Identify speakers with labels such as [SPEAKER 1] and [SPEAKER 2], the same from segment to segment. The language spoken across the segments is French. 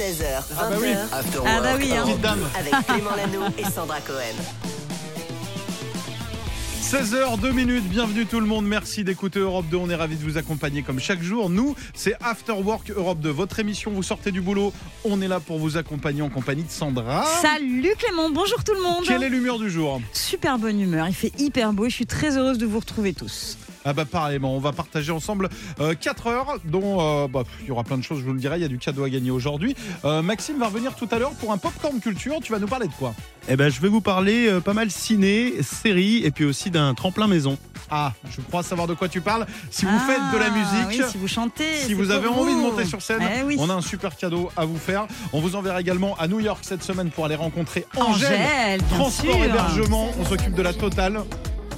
[SPEAKER 1] 16h, 20h,
[SPEAKER 2] bah oui.
[SPEAKER 1] After
[SPEAKER 3] Ah bah
[SPEAKER 1] Work
[SPEAKER 3] oui, hein.
[SPEAKER 1] Europe
[SPEAKER 2] Petite dame.
[SPEAKER 1] avec Clément Lano et Sandra Cohen.
[SPEAKER 2] 16h, 2 minutes, bienvenue tout le monde, merci d'écouter Europe 2, on est ravis de vous accompagner comme chaque jour. Nous, c'est After Work Europe 2, votre émission, vous sortez du boulot, on est là pour vous accompagner en compagnie de Sandra.
[SPEAKER 3] Salut Clément, bonjour tout le monde.
[SPEAKER 2] Quelle est l'humeur du jour
[SPEAKER 3] Super bonne humeur, il fait hyper beau et je suis très heureuse de vous retrouver tous.
[SPEAKER 2] Ah bah pareillement, on va partager ensemble 4 heures dont euh, bah, pff, il y aura plein de choses, je vous le dirai, il y a du cadeau à gagner aujourd'hui. Euh, Maxime va revenir tout à l'heure pour un popcorn culture, tu vas nous parler de quoi
[SPEAKER 4] Eh ben, je vais vous parler euh, pas mal ciné, séries et puis aussi d'un tremplin maison.
[SPEAKER 2] Ah, je crois savoir de quoi tu parles. Si vous faites de la
[SPEAKER 3] Ah,
[SPEAKER 2] musique...
[SPEAKER 3] oui, si vous chantez,
[SPEAKER 2] Si
[SPEAKER 3] c'est
[SPEAKER 2] vous
[SPEAKER 3] pour
[SPEAKER 2] avez envie de
[SPEAKER 3] vous.
[SPEAKER 2] monter sur scène,
[SPEAKER 3] Eh oui.
[SPEAKER 2] on a un super cadeau à vous faire. On vous enverra également à New York cette semaine pour aller rencontrer Angèle.
[SPEAKER 3] Angèle, bien
[SPEAKER 2] Transport,
[SPEAKER 3] sûr.
[SPEAKER 2] hébergement, on s'occupe de la totale.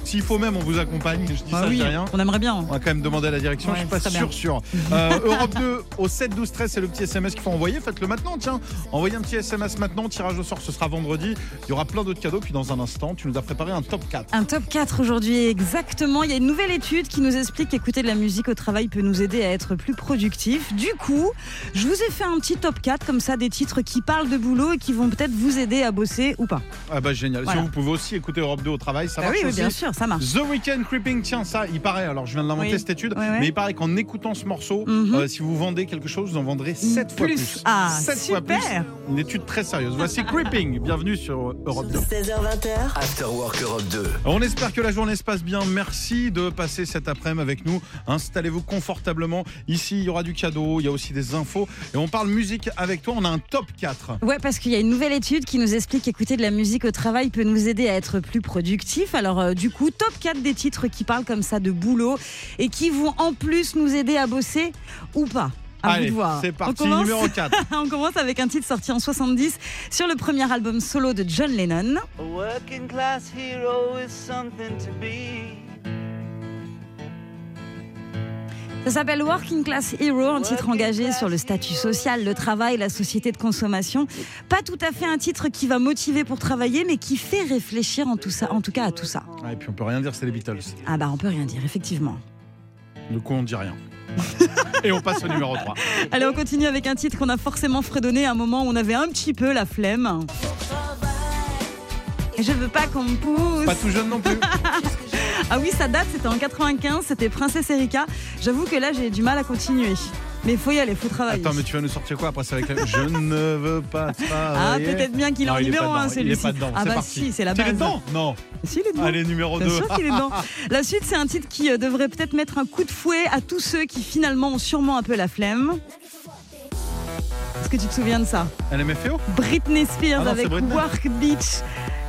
[SPEAKER 2] S'il faut même, on vous accompagne. Je dis
[SPEAKER 3] Ah
[SPEAKER 2] ça, je
[SPEAKER 3] oui,
[SPEAKER 2] dis rien.
[SPEAKER 3] on aimerait bien.
[SPEAKER 2] On va quand même demander à la direction,
[SPEAKER 3] Ouais,
[SPEAKER 2] je suis pas
[SPEAKER 3] très
[SPEAKER 2] sûr
[SPEAKER 3] bien.
[SPEAKER 2] sûr. Euh, Europe 2 au 7 12 13, c'est le petit SMS qu'il faut envoyer. Faites-le maintenant, tiens. Envoyez un petit SMS maintenant, tirage au sort, ce sera vendredi. Il y aura plein d'autres cadeaux puis dans un instant, tu nous as préparé un top 4.
[SPEAKER 3] Un top 4 aujourd'hui, exactement. Il y a une nouvelle étude qui nous explique qu'écouter de la musique au travail peut nous aider à être plus productifs. Du coup, je vous ai fait un petit top 4 comme ça, des titres qui parlent de boulot et qui vont peut-être vous aider à bosser ou pas.
[SPEAKER 2] Ah bah génial.
[SPEAKER 3] Voilà.
[SPEAKER 2] Si vous pouvez aussi écouter Europe 2 au travail, ça
[SPEAKER 3] Bah
[SPEAKER 2] marche
[SPEAKER 3] oui, oui,
[SPEAKER 2] aussi.
[SPEAKER 3] bien sûr, ça marche.
[SPEAKER 2] The Weekend Creeping, tiens ça, il paraît, alors je viens de l'inventer
[SPEAKER 3] Oui.
[SPEAKER 2] cette étude,
[SPEAKER 3] Ouais, ouais.
[SPEAKER 2] mais il paraît qu'en écoutant ce morceau,
[SPEAKER 3] Mhm.
[SPEAKER 2] euh, si vous vendez quelque chose, vous en vendrez 7 fois
[SPEAKER 3] Plus.
[SPEAKER 2] plus.
[SPEAKER 3] Ah,
[SPEAKER 2] 7 fois
[SPEAKER 3] super.
[SPEAKER 2] plus. Une étude très sérieuse. Voici Creeping, bienvenue sur Europe 2.
[SPEAKER 1] 16h, 20h,
[SPEAKER 5] After Work Europe 2.
[SPEAKER 2] On espère que la journée se passe bien. Merci de passer cet après-midi avec nous. Installez-vous confortablement. Ici, il y aura du cadeau, il y a aussi des infos. Et on parle musique avec toi, on a un top 4.
[SPEAKER 3] Ouais, parce qu'il y a une nouvelle étude qui nous explique qu'écouter de la musique au travail peut nous aider à être plus productifs. Alors, euh, du coup, top 4 des titres qui parlent comme ça de boulot et qui vont en plus nous aider à bosser ou pas. À vous
[SPEAKER 2] Allez,
[SPEAKER 3] de voir.
[SPEAKER 2] c'est parti,
[SPEAKER 3] On commence,
[SPEAKER 2] numéro 4.
[SPEAKER 3] on commence avec un titre sorti en 70 sur le premier album solo de John Lennon.
[SPEAKER 6] A working class hero is something to be.
[SPEAKER 3] Ça s'appelle Working Class Hero, un titre engagé sur le statut social, le travail, la société de consommation. Pas tout à fait un titre qui va motiver pour travailler, mais qui fait réfléchir en tout ça, en tout cas à tout ça.
[SPEAKER 2] Ah, et puis on peut rien dire, c'est les Beatles.
[SPEAKER 3] Ah bah on peut rien dire, effectivement.
[SPEAKER 2] Du coup, on dit rien. et on passe au numéro 3.
[SPEAKER 3] Allez, on continue avec un titre qu'on a forcément fredonné à un moment où on avait un petit peu la flemme. Et Je veux pas qu'on me pousse.
[SPEAKER 2] Pas tout jeune non plus.
[SPEAKER 3] Ah oui, ça date, c'était en 95, c'était Princesse Erika. J'avoue que là, j'ai du mal à continuer. Mais faut y aller, faut travailler.
[SPEAKER 2] Attends, mais tu vas nous sortir quoi après C'est avec la... Je ne veux pas
[SPEAKER 3] Ah,
[SPEAKER 2] travailler.
[SPEAKER 3] peut-être bien qu'il est
[SPEAKER 2] Non,
[SPEAKER 3] en
[SPEAKER 2] il est pas
[SPEAKER 3] numéro
[SPEAKER 2] dedans,
[SPEAKER 3] 1,
[SPEAKER 2] Il est
[SPEAKER 3] celui-ci.
[SPEAKER 2] pas dedans,
[SPEAKER 3] Ah
[SPEAKER 2] c'est
[SPEAKER 3] bah
[SPEAKER 2] parti.
[SPEAKER 3] si, c'est la
[SPEAKER 2] T'es
[SPEAKER 3] base.
[SPEAKER 2] dedans Non.
[SPEAKER 3] Si, il est dedans.
[SPEAKER 2] Allez, numéro 2.
[SPEAKER 3] Bien sûr qu'il est dedans. La suite, c'est un titre qui euh, devrait peut-être mettre un coup de fouet à tous ceux qui finalement ont sûrement un peu la flemme. Est-ce que tu te souviens de ça
[SPEAKER 2] LMFAO
[SPEAKER 3] Britney Spears
[SPEAKER 2] Ah non, c'est
[SPEAKER 3] avec
[SPEAKER 2] Britney.
[SPEAKER 3] Work Beach.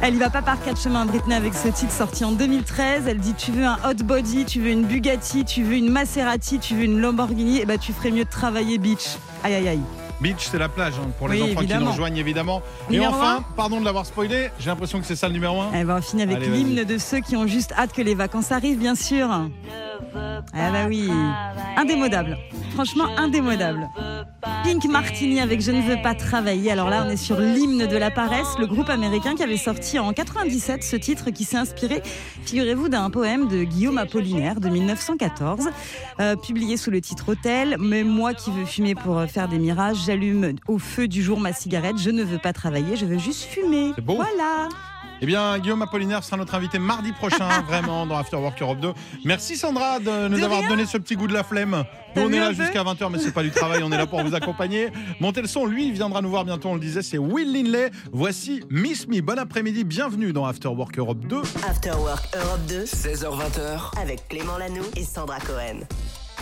[SPEAKER 3] Elle y va pas par quatre chemins, Britney, avec ce titre sorti en 2013. Elle dit Tu veux un hot body, tu veux une Bugatti, tu veux une Maserati, tu veux une Lamborghini, et bah tu ferais mieux de travailler, bitch. Aïe aïe aïe.
[SPEAKER 2] Beach, c'est la plage hein, pour les
[SPEAKER 3] Oui,
[SPEAKER 2] enfants qui
[SPEAKER 3] évidemment.
[SPEAKER 2] nous rejoignent, évidemment.
[SPEAKER 3] Numéro
[SPEAKER 2] Et enfin,
[SPEAKER 3] un
[SPEAKER 2] pardon de l'avoir spoilé, j'ai l'impression que c'est ça le numéro 1.
[SPEAKER 3] Elle va finir ben, avec
[SPEAKER 2] Allez, vas-y.
[SPEAKER 3] l'hymne de ceux qui ont juste hâte que les vacances arrivent, bien sûr. Ah bah oui, indémodable. Franchement, indémodable. Pink Martini avec Je ne veux pas travailler. Alors là, on est sur l'hymne de la paresse, le groupe américain qui avait sorti en 97 ce titre qui s'est inspiré, figurez-vous, d'un poème de Guillaume Apollinaire de 1914, euh, publié sous le titre Hôtel. Mais moi qui veux fumer pour euh, faire des mirages, j'allume au feu du jour ma cigarette. Je ne veux pas travailler, je veux juste fumer.
[SPEAKER 2] C'est beau.
[SPEAKER 3] Voilà.
[SPEAKER 2] Eh bien, Guillaume Apollinaire sera notre invité mardi prochain, vraiment, dans After Work Europe 2. Merci Sandra de nous
[SPEAKER 3] De
[SPEAKER 2] avoir
[SPEAKER 3] rien.
[SPEAKER 2] donné ce petit goût de la flemme.
[SPEAKER 3] T'as
[SPEAKER 2] Nous, on
[SPEAKER 3] vu
[SPEAKER 2] est là
[SPEAKER 3] un peu
[SPEAKER 2] jusqu'à 20h, mais c'est pas du travail, on est là pour vous accompagner. Montez le son, lui, il viendra nous voir bientôt, on le disait, c'est Will Linley. Voici Miss Me. Bon après-midi, bienvenue dans After Work Europe 2.
[SPEAKER 1] After Work Europe 2
[SPEAKER 5] 16h20h.
[SPEAKER 1] avec Clément Lano et Sandra Cohen.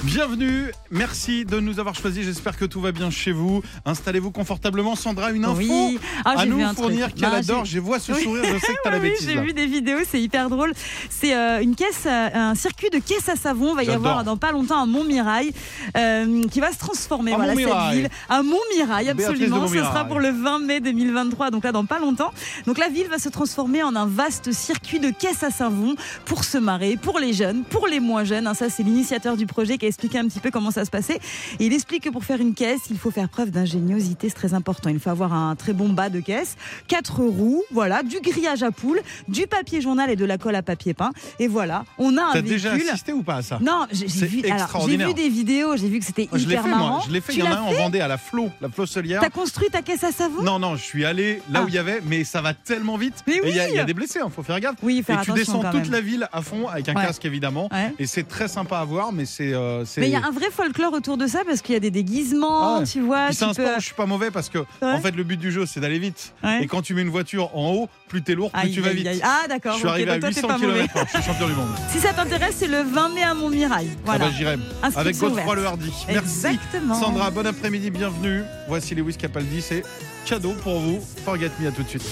[SPEAKER 2] Bienvenue, merci de nous avoir choisis. J'espère que tout va bien chez vous. Installez-vous confortablement. Sandra, une info
[SPEAKER 3] Oui. Ah,
[SPEAKER 2] à
[SPEAKER 3] j'ai vu
[SPEAKER 2] nous
[SPEAKER 3] un
[SPEAKER 2] fournir
[SPEAKER 3] truc.
[SPEAKER 2] qu'elle
[SPEAKER 3] Non, j'ai-
[SPEAKER 2] adore. Je vois ce
[SPEAKER 3] Oui.
[SPEAKER 2] sourire, je sais que t'as la
[SPEAKER 3] Oui,
[SPEAKER 2] bêtise.
[SPEAKER 3] j'ai vu des vidéos, c'est hyper drôle. C'est euh, une caisse, euh, un circuit de caisse à savon. Va y
[SPEAKER 2] J'adore.
[SPEAKER 3] avoir dans pas longtemps un Montmirail euh, qui va se transformer.
[SPEAKER 2] Un
[SPEAKER 3] voilà cette
[SPEAKER 2] Montmirail.
[SPEAKER 3] ville, un Montmirail
[SPEAKER 2] Béatrice de
[SPEAKER 3] absolument. Ce
[SPEAKER 2] Montmirail.
[SPEAKER 3] sera pour le 20 mai 2023, donc là dans pas longtemps. Donc la ville va se transformer en un vaste circuit de caisse à savon pour se marrer, pour les jeunes, pour les moins jeunes. hein. ça, c'est l'initiateur du projet qui a expliqué un petit peu comment ça se passait. Et il explique que pour faire une caisse, il faut faire preuve d'ingéniosité, c'est très important. Il faut avoir un très bon bas de caisse, quatre roues, voilà, du grillage à poule, du papier journal et de la colle à papier peint. Et voilà, on a un
[SPEAKER 2] T'as
[SPEAKER 3] véhicule.
[SPEAKER 2] déjà assisté ou pas à ça
[SPEAKER 3] Non, j'ai j'ai
[SPEAKER 2] C'est
[SPEAKER 3] vu, alors, j'ai
[SPEAKER 2] extraordinaire.
[SPEAKER 3] vu des vidéos, j'ai vu que c'était
[SPEAKER 2] Ah, Je l'ai
[SPEAKER 3] hyper
[SPEAKER 2] fait,
[SPEAKER 3] marrant.
[SPEAKER 2] moi. Je l'ai fait.
[SPEAKER 3] Tu
[SPEAKER 2] Il y en a
[SPEAKER 3] l'as
[SPEAKER 2] un en
[SPEAKER 3] fait
[SPEAKER 2] Vendée à la Flo, la Flosselière.
[SPEAKER 3] T'as construit ta caisse à savon
[SPEAKER 2] Non, non, je suis allé là
[SPEAKER 3] Ah.
[SPEAKER 2] où il y avait, mais ça va tellement vite.
[SPEAKER 3] Mais
[SPEAKER 2] Et il y, a-
[SPEAKER 3] oui
[SPEAKER 2] il y a des blessés, hein, faut faire gaffe.
[SPEAKER 3] Oui,
[SPEAKER 2] Et
[SPEAKER 3] faire
[SPEAKER 2] tu
[SPEAKER 3] attention
[SPEAKER 2] descends
[SPEAKER 3] quand
[SPEAKER 2] toute
[SPEAKER 3] même.
[SPEAKER 2] la ville à fond avec un
[SPEAKER 3] Ouais.
[SPEAKER 2] casque évidemment.
[SPEAKER 3] Ouais.
[SPEAKER 2] Et c'est très sympa à voir, mais c'est. euh, c'est-
[SPEAKER 3] Mais il y a un vrai folklore autour de ça parce qu'il y a des déguisements,
[SPEAKER 2] Ah ouais.
[SPEAKER 3] tu vois.
[SPEAKER 2] Puis c'est
[SPEAKER 3] tu
[SPEAKER 2] un
[SPEAKER 3] peux-
[SPEAKER 2] sport, où je suis pas mauvais parce que en fait le but du jeu c'est d'aller vite.
[SPEAKER 3] Ouais.
[SPEAKER 2] Et quand tu mets une voiture en haut, plus t'es lourd, plus
[SPEAKER 3] Aïe,
[SPEAKER 2] tu vas
[SPEAKER 3] aïe,
[SPEAKER 2] vite.
[SPEAKER 3] aïe. Ah d'accord,
[SPEAKER 2] je suis
[SPEAKER 3] ok,
[SPEAKER 2] arrivé
[SPEAKER 3] donc
[SPEAKER 2] à
[SPEAKER 3] toi, t'es
[SPEAKER 2] 800
[SPEAKER 3] pas mauvais.
[SPEAKER 2] km/h, je suis champion du monde.
[SPEAKER 3] Si ça t'intéresse, c'est le 20 mai à Montmirail. Voilà.
[SPEAKER 2] Ah bah, j'irai.
[SPEAKER 3] Inscription
[SPEAKER 2] Avec Godefroy
[SPEAKER 3] ouverte.
[SPEAKER 2] Le Hardy. Merci.
[SPEAKER 3] Exactement.
[SPEAKER 2] Sandra, bon après-midi, bienvenue. Voici Lewis Capaldi, c'est cadeau pour vous. Forget me, à tout de suite.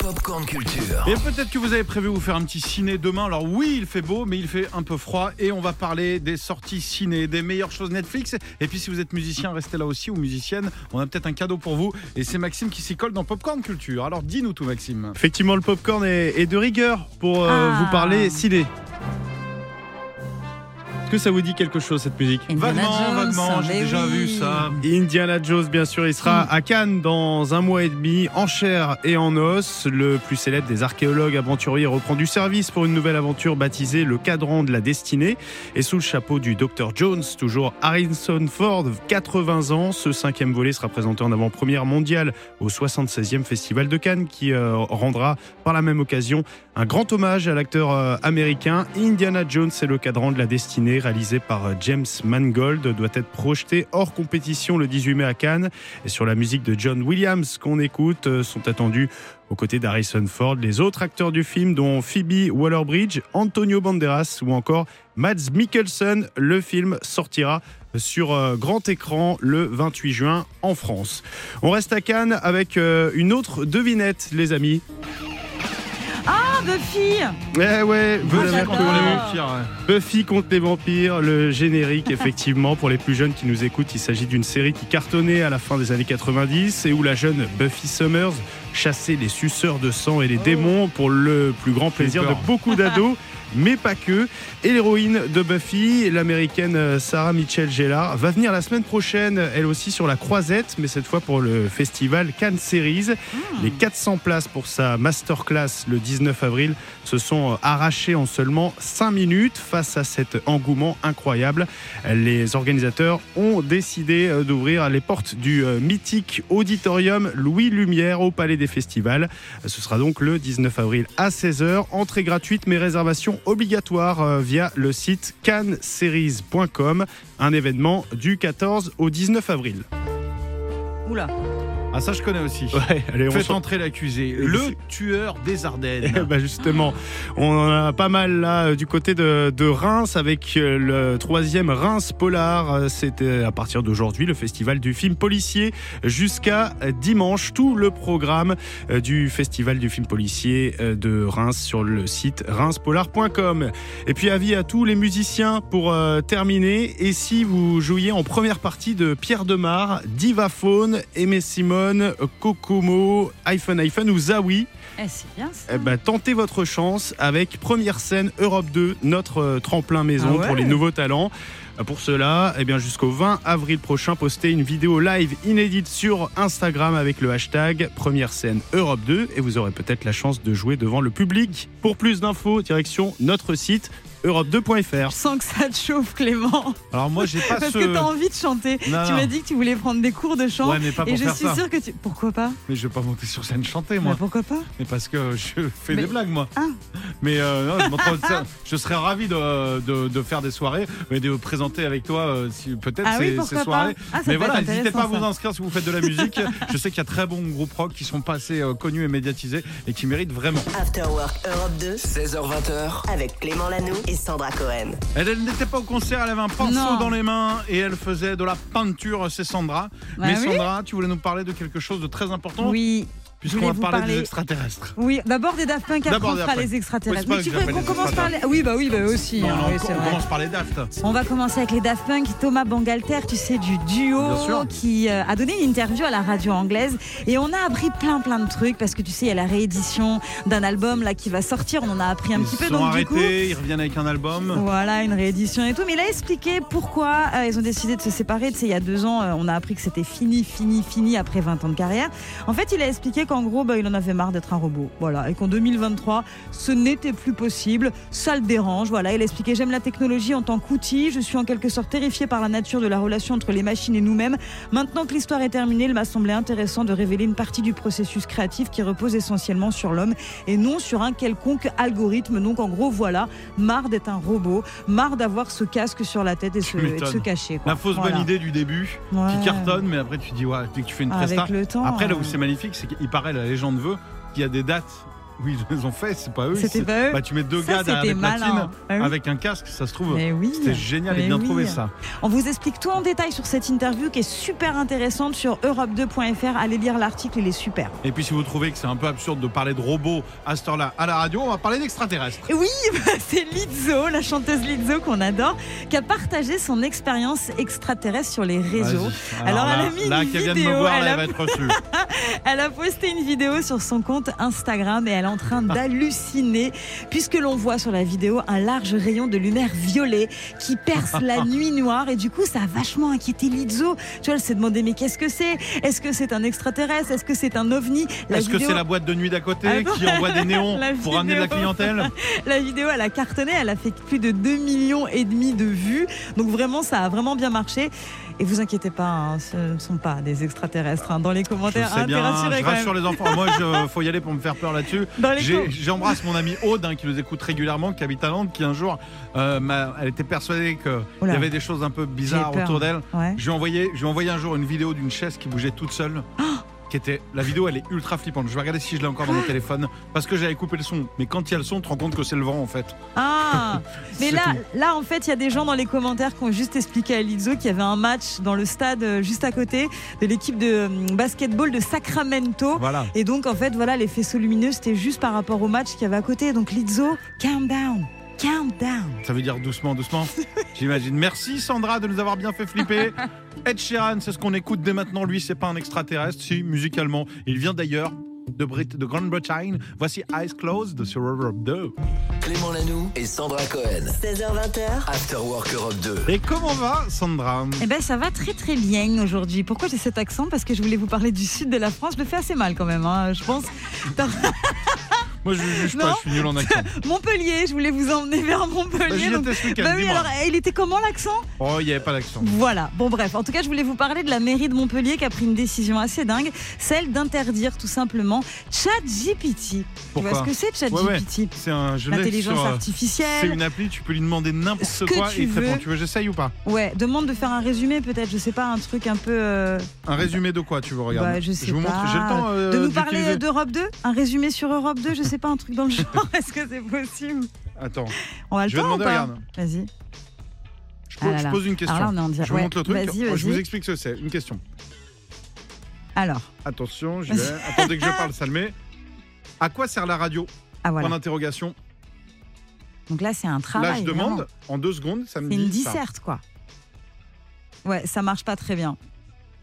[SPEAKER 5] Popcorn Culture.
[SPEAKER 2] Et peut-être que vous avez prévu vous faire un petit ciné demain. Alors oui, il fait beau, mais il fait un peu froid. Et on va parler des sorties ciné, des meilleures choses Netflix. Et puis si vous êtes musicien, restez là aussi, ou musicienne. On a peut-être un cadeau pour vous. Et c'est Maxime qui s'y colle dans Popcorn Culture. Alors dis-nous tout, Maxime.
[SPEAKER 4] Effectivement, le popcorn est, est de rigueur pour euh,
[SPEAKER 3] Ah.
[SPEAKER 4] vous parler ciné. Est-ce que ça vous dit quelque chose cette musique
[SPEAKER 3] Indiana
[SPEAKER 2] Vaguement,
[SPEAKER 3] Jones,
[SPEAKER 2] vaguement, j'ai
[SPEAKER 3] mais
[SPEAKER 2] déjà
[SPEAKER 3] oui.
[SPEAKER 2] vu ça.
[SPEAKER 4] Indiana Jones, bien sûr, il sera à Cannes dans un mois et demi, en chair et en os. Le plus célèbre des archéologues aventuriers reprend du service pour une nouvelle aventure baptisée Le Cadran de la Destinée. Et sous le chapeau du Dr Jones, toujours Harrison Ford, 80 ans, ce cinquième volet sera présenté en avant-première mondiale au 76e Festival de Cannes, qui euh, rendra par la même occasion un grand hommage à l'acteur euh, américain Indiana Jones et le cadran de la destinée, réalisé par euh, James Mangold, doit être projeté hors compétition le 18 mai à Cannes. Et sur la musique de John Williams qu'on écoute, euh, sont attendus aux côtés d'Harrison Ford les autres acteurs du film, dont Phoebe Waller-Bridge, Antonio Banderas ou encore Mads Mikkelsen. Le film sortira sur euh, grand écran le 28 juin en France. On reste à Cannes avec euh, une autre devinette, les amis.
[SPEAKER 3] Ah Buffy
[SPEAKER 4] Eh ouais, vous
[SPEAKER 3] Ah,
[SPEAKER 4] l'avez
[SPEAKER 3] j'adore.
[SPEAKER 4] reconnu.
[SPEAKER 3] Ah.
[SPEAKER 2] Pire, ouais.
[SPEAKER 4] Buffy contre les vampires, le générique effectivement pour les plus jeunes qui nous écoutent, il s'agit d'une série qui cartonnait à la fin des années 90 et où la jeune Buffy Summers chassait les suceurs de sang et les démons pour le plus grand plaisir
[SPEAKER 2] peur.
[SPEAKER 4] de beaucoup d'ados. Mais pas que. Et l'héroïne de Buffy, l'américaine euh, Sarah Michelle Gellar, va venir la semaine prochaine, elle aussi sur la Croisette, mais cette fois pour le festival Cannes Series. Les 400 places pour sa masterclass le 19 avril se sont euh, arrachés en seulement 5 minutes face à cet engouement incroyable. Les organisateurs ont décidé euh, d'ouvrir les portes du euh, mythique auditorium Louis Lumière au Palais des Festivals. Euh, Ce sera donc le 19 avril à 16h. Entrée gratuite mais réservation obligatoire euh, via le site canneseries.com. Un événement du 14 au 19 avril.
[SPEAKER 3] Oula.
[SPEAKER 2] Ah ça je connais aussi.
[SPEAKER 4] Ouais, allez,
[SPEAKER 2] Faites entrer l'accusé, le tueur des
[SPEAKER 4] Eh
[SPEAKER 2] Ardennes.
[SPEAKER 4] ben justement, on en a pas mal là euh, du côté de, de Reims avec euh, le troisième Reims Polar. Euh, C'était à partir d'aujourd'hui le festival du film policier jusqu'à euh, dimanche. Tout le programme euh, du festival du film policier euh, de Reims sur le site reinspolar.com. Et puis avis à tous les musiciens pour euh, terminer. Et si vous jouiez en première partie de Pierre Demar, Diva Faune, Aimé Simone, Kokomo, iPhone iPhone ou Zawi.
[SPEAKER 3] Eh, c'est bien ça.
[SPEAKER 4] Eh ben, tentez votre chance avec Première Scène Europe 2, notre euh, tremplin maison
[SPEAKER 3] Ah ouais
[SPEAKER 4] pour les nouveaux talents. Euh, Pour cela, eh bien, jusqu'au 20 avril prochain, postez une vidéo live inédite sur Instagram avec le hashtag Première Scène Europe 2 et vous aurez peut-être la chance de jouer devant le public. Pour plus d'infos, direction notre site europe2.fr.
[SPEAKER 3] Je sens que ça te chauffe Clément.
[SPEAKER 2] Alors moi j'ai pas
[SPEAKER 3] Parce
[SPEAKER 2] Ah, ce...
[SPEAKER 3] que t'as envie de chanter.
[SPEAKER 2] Non,
[SPEAKER 3] tu
[SPEAKER 2] non.
[SPEAKER 3] m'as dit que tu voulais prendre des cours de chant.
[SPEAKER 2] Ouais mais pas pour
[SPEAKER 3] et je
[SPEAKER 2] faire
[SPEAKER 3] suis
[SPEAKER 2] ça.
[SPEAKER 3] sûre que tu. Pourquoi pas
[SPEAKER 2] Mais je vais pas monter sur scène chanter
[SPEAKER 3] Bah,
[SPEAKER 2] moi.
[SPEAKER 3] Pourquoi pas
[SPEAKER 2] Mais parce que je fais
[SPEAKER 3] Mais-
[SPEAKER 2] des blagues, moi.
[SPEAKER 3] Ah.
[SPEAKER 2] Mais euh, non, je, m'entends- ça, je serais ravi de, de, de faire des soirées et de présenter avec toi, euh, si, peut-être,
[SPEAKER 3] Ah oui,
[SPEAKER 2] ces,
[SPEAKER 3] pourquoi
[SPEAKER 2] ces soirées.
[SPEAKER 3] pas Ah, ça
[SPEAKER 2] Mais
[SPEAKER 3] peut
[SPEAKER 2] voilà,
[SPEAKER 3] être
[SPEAKER 2] n'hésitez pas à vous
[SPEAKER 3] intéressant,
[SPEAKER 2] inscrire si vous faites de la musique. je sais qu'il y a très bons groupes rock qui sont pas assez euh, connus et médiatisés et qui méritent vraiment.
[SPEAKER 1] After Work Europe 2
[SPEAKER 5] 16h20h.
[SPEAKER 1] avec Clément Lanoux et Sandra Cohen.
[SPEAKER 2] Elle, elle n'était pas au concert, elle avait un pinceau
[SPEAKER 3] Non.
[SPEAKER 2] dans les mains et elle faisait de la peinture, c'est Sandra.
[SPEAKER 3] Bah
[SPEAKER 2] Mais
[SPEAKER 3] oui.
[SPEAKER 2] Sandra, tu voulais nous parler de quelque chose de très important
[SPEAKER 3] Oui.
[SPEAKER 2] puisqu'on va
[SPEAKER 3] vous
[SPEAKER 2] parler des
[SPEAKER 3] parler-
[SPEAKER 2] extraterrestres.
[SPEAKER 3] Oui, d'abord des Daft Punk, après
[SPEAKER 2] D'abord
[SPEAKER 3] on
[SPEAKER 2] des
[SPEAKER 3] fera
[SPEAKER 2] Daft Punk.
[SPEAKER 3] les extraterrestres.
[SPEAKER 2] Oui,
[SPEAKER 3] Mais
[SPEAKER 2] c'est
[SPEAKER 3] tu
[SPEAKER 2] pas
[SPEAKER 3] veux
[SPEAKER 2] que
[SPEAKER 3] qu'on
[SPEAKER 2] j'appelle les
[SPEAKER 3] commence par les... Oui, bah oui, bah aussi.
[SPEAKER 2] Non,
[SPEAKER 3] hein,
[SPEAKER 2] non,
[SPEAKER 3] oui, c'est
[SPEAKER 2] on
[SPEAKER 3] vrai.
[SPEAKER 2] commence par les Daft.
[SPEAKER 3] On va commencer avec les Daft Punk, Thomas Bangalter, tu sais, du duo
[SPEAKER 2] Bien sûr.
[SPEAKER 3] qui euh, a donné une interview à la radio anglaise. Et on a appris plein, plein de trucs parce que tu sais, il y a la réédition d'un album là qui va sortir. On en a appris un
[SPEAKER 2] Ils
[SPEAKER 3] petit
[SPEAKER 2] se
[SPEAKER 3] peu.
[SPEAKER 2] sont
[SPEAKER 3] Donc,
[SPEAKER 2] arrêtés,
[SPEAKER 3] du coup,
[SPEAKER 2] ils reviennent avec un album.
[SPEAKER 3] voilà, une réédition et tout. Mais il a expliqué pourquoi euh, ils ont décidé de se séparer. Tu sais, il y a deux ans, euh, on a appris que c'était fini, fini, fini après 20 ans de carrière. En fait, il a expliqué qu'en gros, bah, il en avait marre d'être un robot. Voilà, et qu'en 2023, ce n'était plus possible. Ça le dérange. Voilà, il a expliqué J'aime la technologie en tant qu'outil. Je suis en quelque sorte terrifié par la nature de la relation entre les machines et nous-mêmes. Maintenant que l'histoire est terminée, il m'a semblé intéressant de révéler une partie du processus créatif qui repose essentiellement sur l'homme et non sur un quelconque algorithme. Donc, en gros, voilà, marre d'être un robot, marre d'avoir ce casque sur la tête et, se, et de
[SPEAKER 2] m'étonnes.
[SPEAKER 3] se cacher. quoi.
[SPEAKER 2] La fausse
[SPEAKER 3] Voilà.
[SPEAKER 2] bonne idée du début,
[SPEAKER 3] Ouais.
[SPEAKER 2] qui cartonne, mais après tu dis, ouais, dès que tu fais une presta.
[SPEAKER 3] Avec le temps.
[SPEAKER 2] Après, là
[SPEAKER 3] euh,
[SPEAKER 2] où c'est magnifique, c'est qu'il paraît, la légende veut qu'il y a des dates où ils les ont fait, c'est pas eux.
[SPEAKER 3] C'était
[SPEAKER 2] c'est-
[SPEAKER 3] pas eux.
[SPEAKER 2] Bah, tu mets deux
[SPEAKER 3] ça,
[SPEAKER 2] gars derrière
[SPEAKER 3] c'était
[SPEAKER 2] les platines
[SPEAKER 3] malin. Ah oui.
[SPEAKER 2] avec un casque, ça se trouve.
[SPEAKER 3] Mais oui.
[SPEAKER 2] C'était génial et
[SPEAKER 3] Mais
[SPEAKER 2] bien
[SPEAKER 3] oui.
[SPEAKER 2] trouvé ça.
[SPEAKER 3] On vous explique tout en détail sur cette interview qui est super intéressante sur europe2.fr. Allez lire l'article, il est super.
[SPEAKER 2] Et puis si vous trouvez que c'est un peu absurde de parler de robots à cette heure-là à la radio, on va parler d'extraterrestres.
[SPEAKER 3] Et oui, c'est Lizzo, la chanteuse Lizzo qu'on adore, qui a partagé son expérience extraterrestre sur les réseaux.
[SPEAKER 2] Vas-y.
[SPEAKER 3] Alors, elle
[SPEAKER 2] là,
[SPEAKER 3] a mis
[SPEAKER 2] là,
[SPEAKER 3] une
[SPEAKER 2] qu'elle vient de me
[SPEAKER 3] vidéo,
[SPEAKER 2] voir, là,
[SPEAKER 3] elle
[SPEAKER 2] elle,
[SPEAKER 3] a-
[SPEAKER 2] va être reçue.
[SPEAKER 3] Elle a posté une vidéo sur son compte Instagram et elle est en
[SPEAKER 2] Ah.
[SPEAKER 3] train d'halluciner puisque l'on voit sur la vidéo un large rayon de lumière violet qui perce la nuit noire et du coup ça a vachement inquiété Lizzo. Tu vois, elle s'est demandé mais qu'est-ce que c'est Est-ce que c'est un extraterrestre Est-ce que c'est un ovni La
[SPEAKER 2] Est-ce que
[SPEAKER 3] vidéo-
[SPEAKER 2] c'est la boîte de nuit d'à côté
[SPEAKER 3] Ah non.
[SPEAKER 2] qui envoie des néons
[SPEAKER 3] La
[SPEAKER 2] pour amener de la
[SPEAKER 3] vidéo.
[SPEAKER 2] clientèle
[SPEAKER 3] La vidéo, elle a cartonné, elle a fait plus de 2 millions et demi de vues. Donc vraiment, ça a vraiment bien marché. Et vous inquiétez pas, hein, ce ne sont pas des extraterrestres. hein. Dans les
[SPEAKER 2] Je
[SPEAKER 3] commentaires,
[SPEAKER 2] sais
[SPEAKER 3] hein, t'es
[SPEAKER 2] bien,
[SPEAKER 3] rassuré
[SPEAKER 2] je
[SPEAKER 3] quand même.
[SPEAKER 2] rassure les enfants. Moi, je, faut y aller pour me faire peur là-dessus.
[SPEAKER 3] Dans les
[SPEAKER 2] J'ai-
[SPEAKER 3] com-
[SPEAKER 2] J'embrasse mon ami Aude hein, qui nous écoute régulièrement, qui habite à Nantes, qui un jour, euh, m'a- elle était persuadée qu'il y
[SPEAKER 3] Oula.
[SPEAKER 2] avait des choses un peu bizarres
[SPEAKER 3] J'ai peur.
[SPEAKER 2] autour d'elle.
[SPEAKER 3] Ouais.
[SPEAKER 2] Je lui ai envoyé, je lui ai envoyé un jour une vidéo d'une chaise qui bougeait toute seule. Qui était, la vidéo elle est ultra flippante. Je vais regarder si je l'ai encore dans mon téléphone parce que j'avais coupé le son. Mais quand il y a le son, tu te rends compte que c'est le vent en fait.
[SPEAKER 3] Ah Mais
[SPEAKER 2] C'est
[SPEAKER 3] là,
[SPEAKER 2] tout.
[SPEAKER 3] là, en fait, il y a des gens dans les commentaires qui ont juste expliqué à Lizzo qu'il y avait un match dans le stade euh, juste à côté de l'équipe de euh, basketball de Sacramento.
[SPEAKER 2] Voilà.
[SPEAKER 3] Et donc, en fait, voilà, les faisceaux lumineux, c'était juste par rapport au match qu'il y avait à côté. Donc, Lizzo, calm down, calm down.
[SPEAKER 2] Ça veut dire doucement, doucement. J'imagine. Merci Sandra de nous avoir bien fait flipper. Ed Sheeran, c'est ce qu'on écoute dès maintenant. Lui, c'est pas un extraterrestre, si, musicalement. Il vient d'ailleurs de, Brit- de Grande-Bretagne. Voici Eyes Closed sur Europe 2.
[SPEAKER 5] Clément Lanoux et Sandra Cohen.
[SPEAKER 1] 16h20h,
[SPEAKER 5] After Work Europe 2.
[SPEAKER 2] Et comment va Sandra
[SPEAKER 3] Eh ben, ça va très très bien aujourd'hui. Pourquoi j'ai cet accent Parce que je voulais vous parler du sud de la France. Je le fais assez mal quand même, hein, je pense. Dans
[SPEAKER 2] Moi, je juge
[SPEAKER 3] Non.
[SPEAKER 2] pas, je suis nul en accent.
[SPEAKER 3] Montpellier, je voulais vous emmener vers
[SPEAKER 2] Bah,
[SPEAKER 3] Montpellier.
[SPEAKER 2] J'y
[SPEAKER 3] donc-
[SPEAKER 2] étais ce week-end,
[SPEAKER 3] Bah oui,
[SPEAKER 2] dis-moi.
[SPEAKER 3] alors eh, il était comment l'accent
[SPEAKER 2] Oh, il n'y avait pas d'accent.
[SPEAKER 3] Voilà, bon bref, en tout cas je voulais vous parler de la mairie de Montpellier qui a pris une décision assez dingue, celle d'interdire tout simplement ChatGPT. Tu vois
[SPEAKER 2] Pourquoi
[SPEAKER 3] ce que c'est ChatGPT
[SPEAKER 2] Ouais, ouais. C'est un je l'ai
[SPEAKER 3] L'intelligence
[SPEAKER 2] sur, euh, C'est
[SPEAKER 3] artificielle.
[SPEAKER 2] une appli, tu peux lui demander
[SPEAKER 3] Ce
[SPEAKER 2] n'importe
[SPEAKER 3] que
[SPEAKER 2] quoi
[SPEAKER 3] tu
[SPEAKER 2] et il te répond.
[SPEAKER 3] veux.
[SPEAKER 2] Tu veux, j'essaye ou pas
[SPEAKER 3] Ouais, demande de faire un résumé peut-être, je sais pas, un truc un peu... euh,
[SPEAKER 2] Un résumé de quoi tu veux regarder
[SPEAKER 3] Bah, je sais
[SPEAKER 2] vous montre,
[SPEAKER 3] pas.
[SPEAKER 2] j'ai le temps. euh,
[SPEAKER 3] de nous
[SPEAKER 2] d'utiliser.
[SPEAKER 3] parler d'Europe 2 Un résumé sur Europe 2, je sais pas, un truc dans le genre, est-ce que c'est possible
[SPEAKER 2] Attends,
[SPEAKER 3] On a le
[SPEAKER 2] je vais
[SPEAKER 3] temps ou
[SPEAKER 2] demander,
[SPEAKER 3] pas
[SPEAKER 2] regarde.
[SPEAKER 3] Vas-y.
[SPEAKER 2] Je,
[SPEAKER 3] Ah là
[SPEAKER 2] je
[SPEAKER 3] là.
[SPEAKER 2] pose une question.
[SPEAKER 3] Alors là on est en direct.
[SPEAKER 2] Je vous
[SPEAKER 3] Ouais,
[SPEAKER 2] montre le truc,
[SPEAKER 3] Vas-y, vas-y.
[SPEAKER 2] je vous explique ce que c'est. Une question.
[SPEAKER 3] Alors,
[SPEAKER 2] Attention, j'y vais. Attendez que je parle, ça le met. À quoi sert la radio
[SPEAKER 3] ah voilà.
[SPEAKER 2] Point d'interrogation.
[SPEAKER 3] Donc là c'est un travail.
[SPEAKER 2] Là, je
[SPEAKER 3] vraiment.
[SPEAKER 2] demande, en deux secondes, ça me
[SPEAKER 3] C'est
[SPEAKER 2] dit.
[SPEAKER 3] une
[SPEAKER 2] ça.
[SPEAKER 3] disserte, quoi. Ouais, ça marche pas très bien.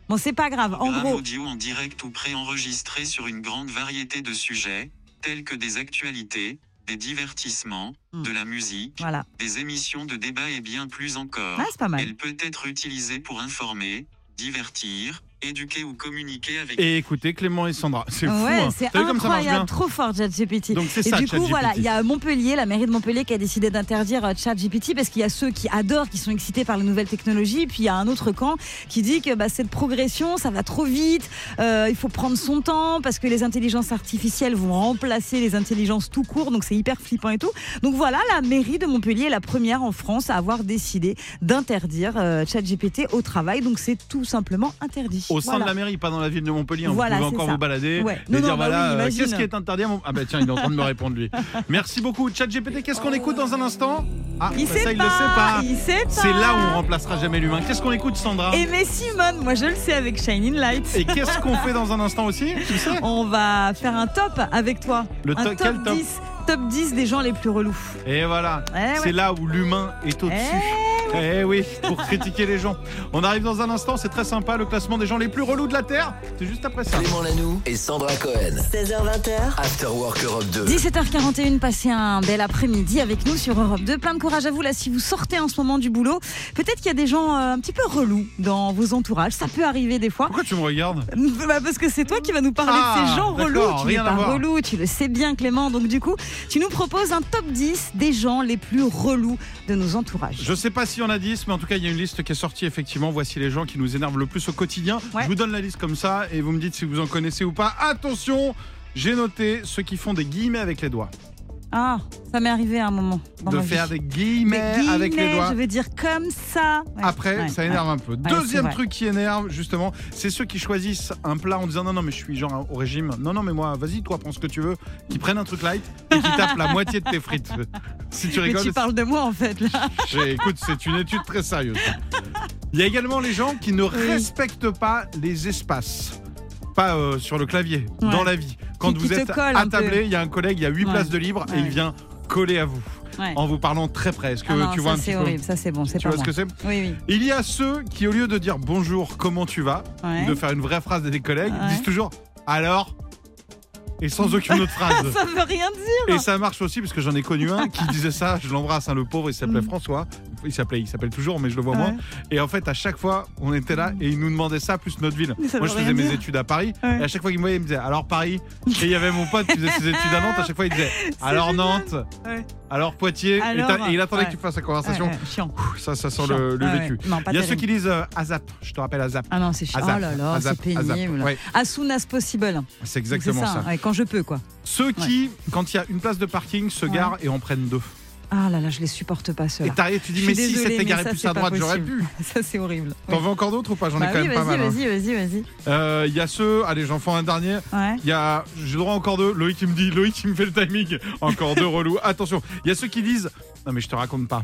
[SPEAKER 3] Bon, c'est pas grave. En
[SPEAKER 7] Programme
[SPEAKER 3] gros,
[SPEAKER 7] audio en direct ou préenregistré sur une grande variété de sujets, tels que des actualités, des divertissements,
[SPEAKER 3] Hmm.
[SPEAKER 7] de la musique,
[SPEAKER 3] voilà.
[SPEAKER 7] des émissions de débat et bien plus encore.
[SPEAKER 3] Ah, c'est pas mal.
[SPEAKER 7] Elle peut être utilisée pour informer, divertir, éduquer ou communiquer avec
[SPEAKER 2] Et écoutez, Clément et Sandra, c'est fou.
[SPEAKER 3] Ouais,
[SPEAKER 2] hein.
[SPEAKER 3] c'est
[SPEAKER 2] T'as vu comme ça marche bien
[SPEAKER 3] incroyable, trop fort ChatGPT.
[SPEAKER 2] Donc, c'est
[SPEAKER 3] Et
[SPEAKER 2] ça,
[SPEAKER 3] du coup,
[SPEAKER 2] ChatGPT.
[SPEAKER 3] voilà, il y a Montpellier, la mairie de Montpellier qui a décidé d'interdire euh, ChatGPT parce qu'il y a ceux qui adorent, qui sont excités par les nouvelles technologies, puis il y a un autre camp qui dit que bah, cette progression, ça va trop vite, euh, il faut prendre son temps parce que les intelligences artificielles vont remplacer les intelligences tout court, donc c'est hyper flippant et tout. Donc voilà, la mairie de Montpellier est la première en France à avoir décidé d'interdire euh, ChatGPT au travail, donc c'est tout simplement interdit.
[SPEAKER 2] au sein
[SPEAKER 3] Voilà.
[SPEAKER 2] de la mairie, pas dans la ville de Montpellier. hein.
[SPEAKER 3] Voilà,
[SPEAKER 2] vous pouvez
[SPEAKER 3] c'est
[SPEAKER 2] encore
[SPEAKER 3] ça.
[SPEAKER 2] vous balader
[SPEAKER 3] Ouais.
[SPEAKER 2] et
[SPEAKER 3] Non,
[SPEAKER 2] dire
[SPEAKER 3] non, bah
[SPEAKER 2] voilà,
[SPEAKER 3] oui,
[SPEAKER 2] euh,
[SPEAKER 3] imagine.
[SPEAKER 2] qu'est-ce qui est interdit à Mont- Ah bah tiens, il est en train de me répondre lui. Merci beaucoup. Chat GPT, qu'est-ce qu'on écoute dans un instant Ah,
[SPEAKER 3] Il
[SPEAKER 2] ça,
[SPEAKER 3] sait,
[SPEAKER 2] il
[SPEAKER 3] pas,
[SPEAKER 2] le sait pas.
[SPEAKER 3] il sait pas.
[SPEAKER 2] C'est là où on remplacera jamais l'humain. Qu'est-ce qu'on écoute, Sandra
[SPEAKER 3] Et mais Simone, moi je le sais avec Shining Light.
[SPEAKER 2] Et qu'est-ce qu'on fait dans un instant aussi Tu le sais
[SPEAKER 3] On va faire un top avec toi.
[SPEAKER 2] Le
[SPEAKER 3] un
[SPEAKER 2] to-
[SPEAKER 3] top,
[SPEAKER 2] quel top
[SPEAKER 3] 10, top 10 des gens les plus relous.
[SPEAKER 2] Et voilà,
[SPEAKER 3] Eh
[SPEAKER 2] c'est
[SPEAKER 3] ouais.
[SPEAKER 2] là où l'humain est au-dessus. Eh oui, pour critiquer les gens. On arrive dans un instant, c'est très sympa, le classement des gens les plus relous de la Terre. C'est juste après ça.
[SPEAKER 5] Clément Lanoux et Sandra Cohen.
[SPEAKER 1] 16h20h,
[SPEAKER 5] After Work Europe 2.
[SPEAKER 3] 17h41, passez un bel après-midi avec nous sur Europe 2. Plein de courage à vous là si vous sortez en ce moment du boulot. Peut-être qu'il y a des gens euh, un petit peu relous dans vos entourages, ça peut arriver des fois.
[SPEAKER 2] Pourquoi tu me regardes
[SPEAKER 3] Bah, parce que c'est toi qui vas nous parler de
[SPEAKER 2] Ah,
[SPEAKER 3] ces gens relous.
[SPEAKER 2] d'accord,
[SPEAKER 3] Tu n'es
[SPEAKER 2] rien à
[SPEAKER 3] pas
[SPEAKER 2] voir.
[SPEAKER 3] relou, tu le sais bien Clément. Donc du coup, tu nous proposes un top 10 des gens les plus relous de nos entourages.
[SPEAKER 2] Je sais pas si on a 10, mais en tout cas, il y a une liste qui est sortie, effectivement. Voici les gens qui nous énervent le plus au quotidien.
[SPEAKER 3] Ouais.
[SPEAKER 2] Je vous donne la liste comme ça et vous me dites si vous en connaissez ou pas. Attention j'ai noté ceux qui font des guillemets avec les doigts.
[SPEAKER 3] Ah, ça m'est arrivé à un moment. Dans
[SPEAKER 2] de
[SPEAKER 3] ma vie.
[SPEAKER 2] faire des
[SPEAKER 3] Des
[SPEAKER 2] guillemets,
[SPEAKER 3] guillemets,
[SPEAKER 2] avec les doigts.
[SPEAKER 3] Je veux dire comme ça. Ouais,
[SPEAKER 2] Après,
[SPEAKER 3] ouais,
[SPEAKER 2] ça
[SPEAKER 3] ouais.
[SPEAKER 2] énerve un peu.
[SPEAKER 3] c'est
[SPEAKER 2] Deuxième
[SPEAKER 3] vrai.
[SPEAKER 2] truc qui énerve, justement, c'est ceux qui choisissent un plat en disant non, non, mais je suis genre au régime. Non, non, mais moi, vas-y, toi, prends ce que tu veux. Qui prennent un truc light et qui tapent la moitié de tes frites. Si tu
[SPEAKER 3] Mais
[SPEAKER 2] rigoles,
[SPEAKER 3] tu parles de moi en fait là.
[SPEAKER 2] j'ai- écoute, c'est une étude très sérieuse. Il y a également les gens qui ne respectent pas les espaces. Pas euh, sur le clavier,
[SPEAKER 3] Ouais.
[SPEAKER 2] dans la vie. Quand
[SPEAKER 3] Qui-
[SPEAKER 2] vous
[SPEAKER 3] qui te
[SPEAKER 2] êtes
[SPEAKER 3] colle un peu.
[SPEAKER 2] attablé, il y a un collègue, il y a huit
[SPEAKER 3] Ouais.
[SPEAKER 2] places de libre et
[SPEAKER 3] Ouais.
[SPEAKER 2] il vient coller à vous
[SPEAKER 3] Ouais.
[SPEAKER 2] en vous parlant très près. Est-ce que
[SPEAKER 3] Ah non,
[SPEAKER 2] tu vois
[SPEAKER 3] ça,
[SPEAKER 2] un petit
[SPEAKER 3] c'est
[SPEAKER 2] peu
[SPEAKER 3] horrible. Ça c'est bon, c'est
[SPEAKER 2] Tu
[SPEAKER 3] pas
[SPEAKER 2] vois ce
[SPEAKER 3] moi.
[SPEAKER 2] que c'est
[SPEAKER 3] Oui,
[SPEAKER 2] il y a ceux qui, au lieu de dire bonjour, comment tu vas,
[SPEAKER 3] oui. ouais.
[SPEAKER 2] ou de faire une vraie phrase à des collègues,
[SPEAKER 3] Ouais.
[SPEAKER 2] disent toujours alors et sans aucune autre phrase.
[SPEAKER 3] Ça veut rien dire.
[SPEAKER 2] Et ça marche aussi parce que j'en ai connu un qui disait ça, je l'embrasse, hein, le pauvre, il s'appelait François. Il s'appelait, il s'appelle toujours, mais je le vois moins.
[SPEAKER 3] Mm. Ouais.
[SPEAKER 2] Et en fait, à chaque fois, on était là et il nous demandait ça, plus notre ville.
[SPEAKER 3] Mais ça
[SPEAKER 2] Moi,
[SPEAKER 3] veut
[SPEAKER 2] je
[SPEAKER 3] rien
[SPEAKER 2] faisais mes
[SPEAKER 3] dire.
[SPEAKER 2] études à Paris.
[SPEAKER 3] Ouais.
[SPEAKER 2] Et à chaque fois qu'il me voyait, il me disait alors Paris. Et il y avait mon pote qui faisait ses études à Nantes. À chaque fois, il disait alors
[SPEAKER 3] génial.
[SPEAKER 2] Nantes,
[SPEAKER 3] Ouais.
[SPEAKER 2] alors Poitiers. Et
[SPEAKER 3] Alors,
[SPEAKER 2] t'as- et, il attendait
[SPEAKER 3] ouais.
[SPEAKER 2] que tu fasses la conversation.
[SPEAKER 3] Ouais, ouais, chiant.
[SPEAKER 2] Ouh, Ça, ça sent
[SPEAKER 3] chiant.
[SPEAKER 2] le, le
[SPEAKER 3] Ouais,
[SPEAKER 2] vécu.
[SPEAKER 3] ouais. Non, pas
[SPEAKER 2] Il y a ceux
[SPEAKER 3] terrible.
[SPEAKER 2] qui disent euh, ASAP, je te rappelle ASAP.
[SPEAKER 3] Ah non, c'est chiant.
[SPEAKER 2] ASAP,
[SPEAKER 3] oh là là, c'est
[SPEAKER 2] ASAP, ASAP.
[SPEAKER 3] pénible.
[SPEAKER 2] Ouais,
[SPEAKER 3] As soon as possible.
[SPEAKER 2] c'est
[SPEAKER 3] C'est
[SPEAKER 2] exactement ça.
[SPEAKER 3] hein, ouais, quand je peux, quoi.
[SPEAKER 2] Ceux qui, quand il y a une place de parking, se
[SPEAKER 3] Ouais.
[SPEAKER 2] garent et en prennent deux.
[SPEAKER 3] Ah là là, je les supporte pas,
[SPEAKER 2] Et
[SPEAKER 3] ceux-là.
[SPEAKER 2] t'arrives, tu
[SPEAKER 3] Je
[SPEAKER 2] dis,
[SPEAKER 3] suis
[SPEAKER 2] mais si
[SPEAKER 3] désolée,
[SPEAKER 2] c'était
[SPEAKER 3] mais
[SPEAKER 2] garé
[SPEAKER 3] ça,
[SPEAKER 2] plus
[SPEAKER 3] c'est
[SPEAKER 2] à
[SPEAKER 3] pas
[SPEAKER 2] droite, j'aurais
[SPEAKER 3] possible.
[SPEAKER 2] pu.
[SPEAKER 3] Ça, c'est horrible.
[SPEAKER 2] T'en veux encore d'autres ou pas J'en ai
[SPEAKER 3] Bah
[SPEAKER 2] quand
[SPEAKER 3] oui,
[SPEAKER 2] même pas
[SPEAKER 3] vas-y,
[SPEAKER 2] mal. hein.
[SPEAKER 3] vas-y, vas-y, vas-y. Ah,
[SPEAKER 2] Euh, Il y a ceux, allez, j'en fais un dernier.
[SPEAKER 3] Ouais.
[SPEAKER 2] Il y a, j'ai le droit à encore deux. Loïc qui me dit, Loïc qui me fait le timing. Encore deux relous. Attention, il y a ceux qui disent, non mais je te raconte pas,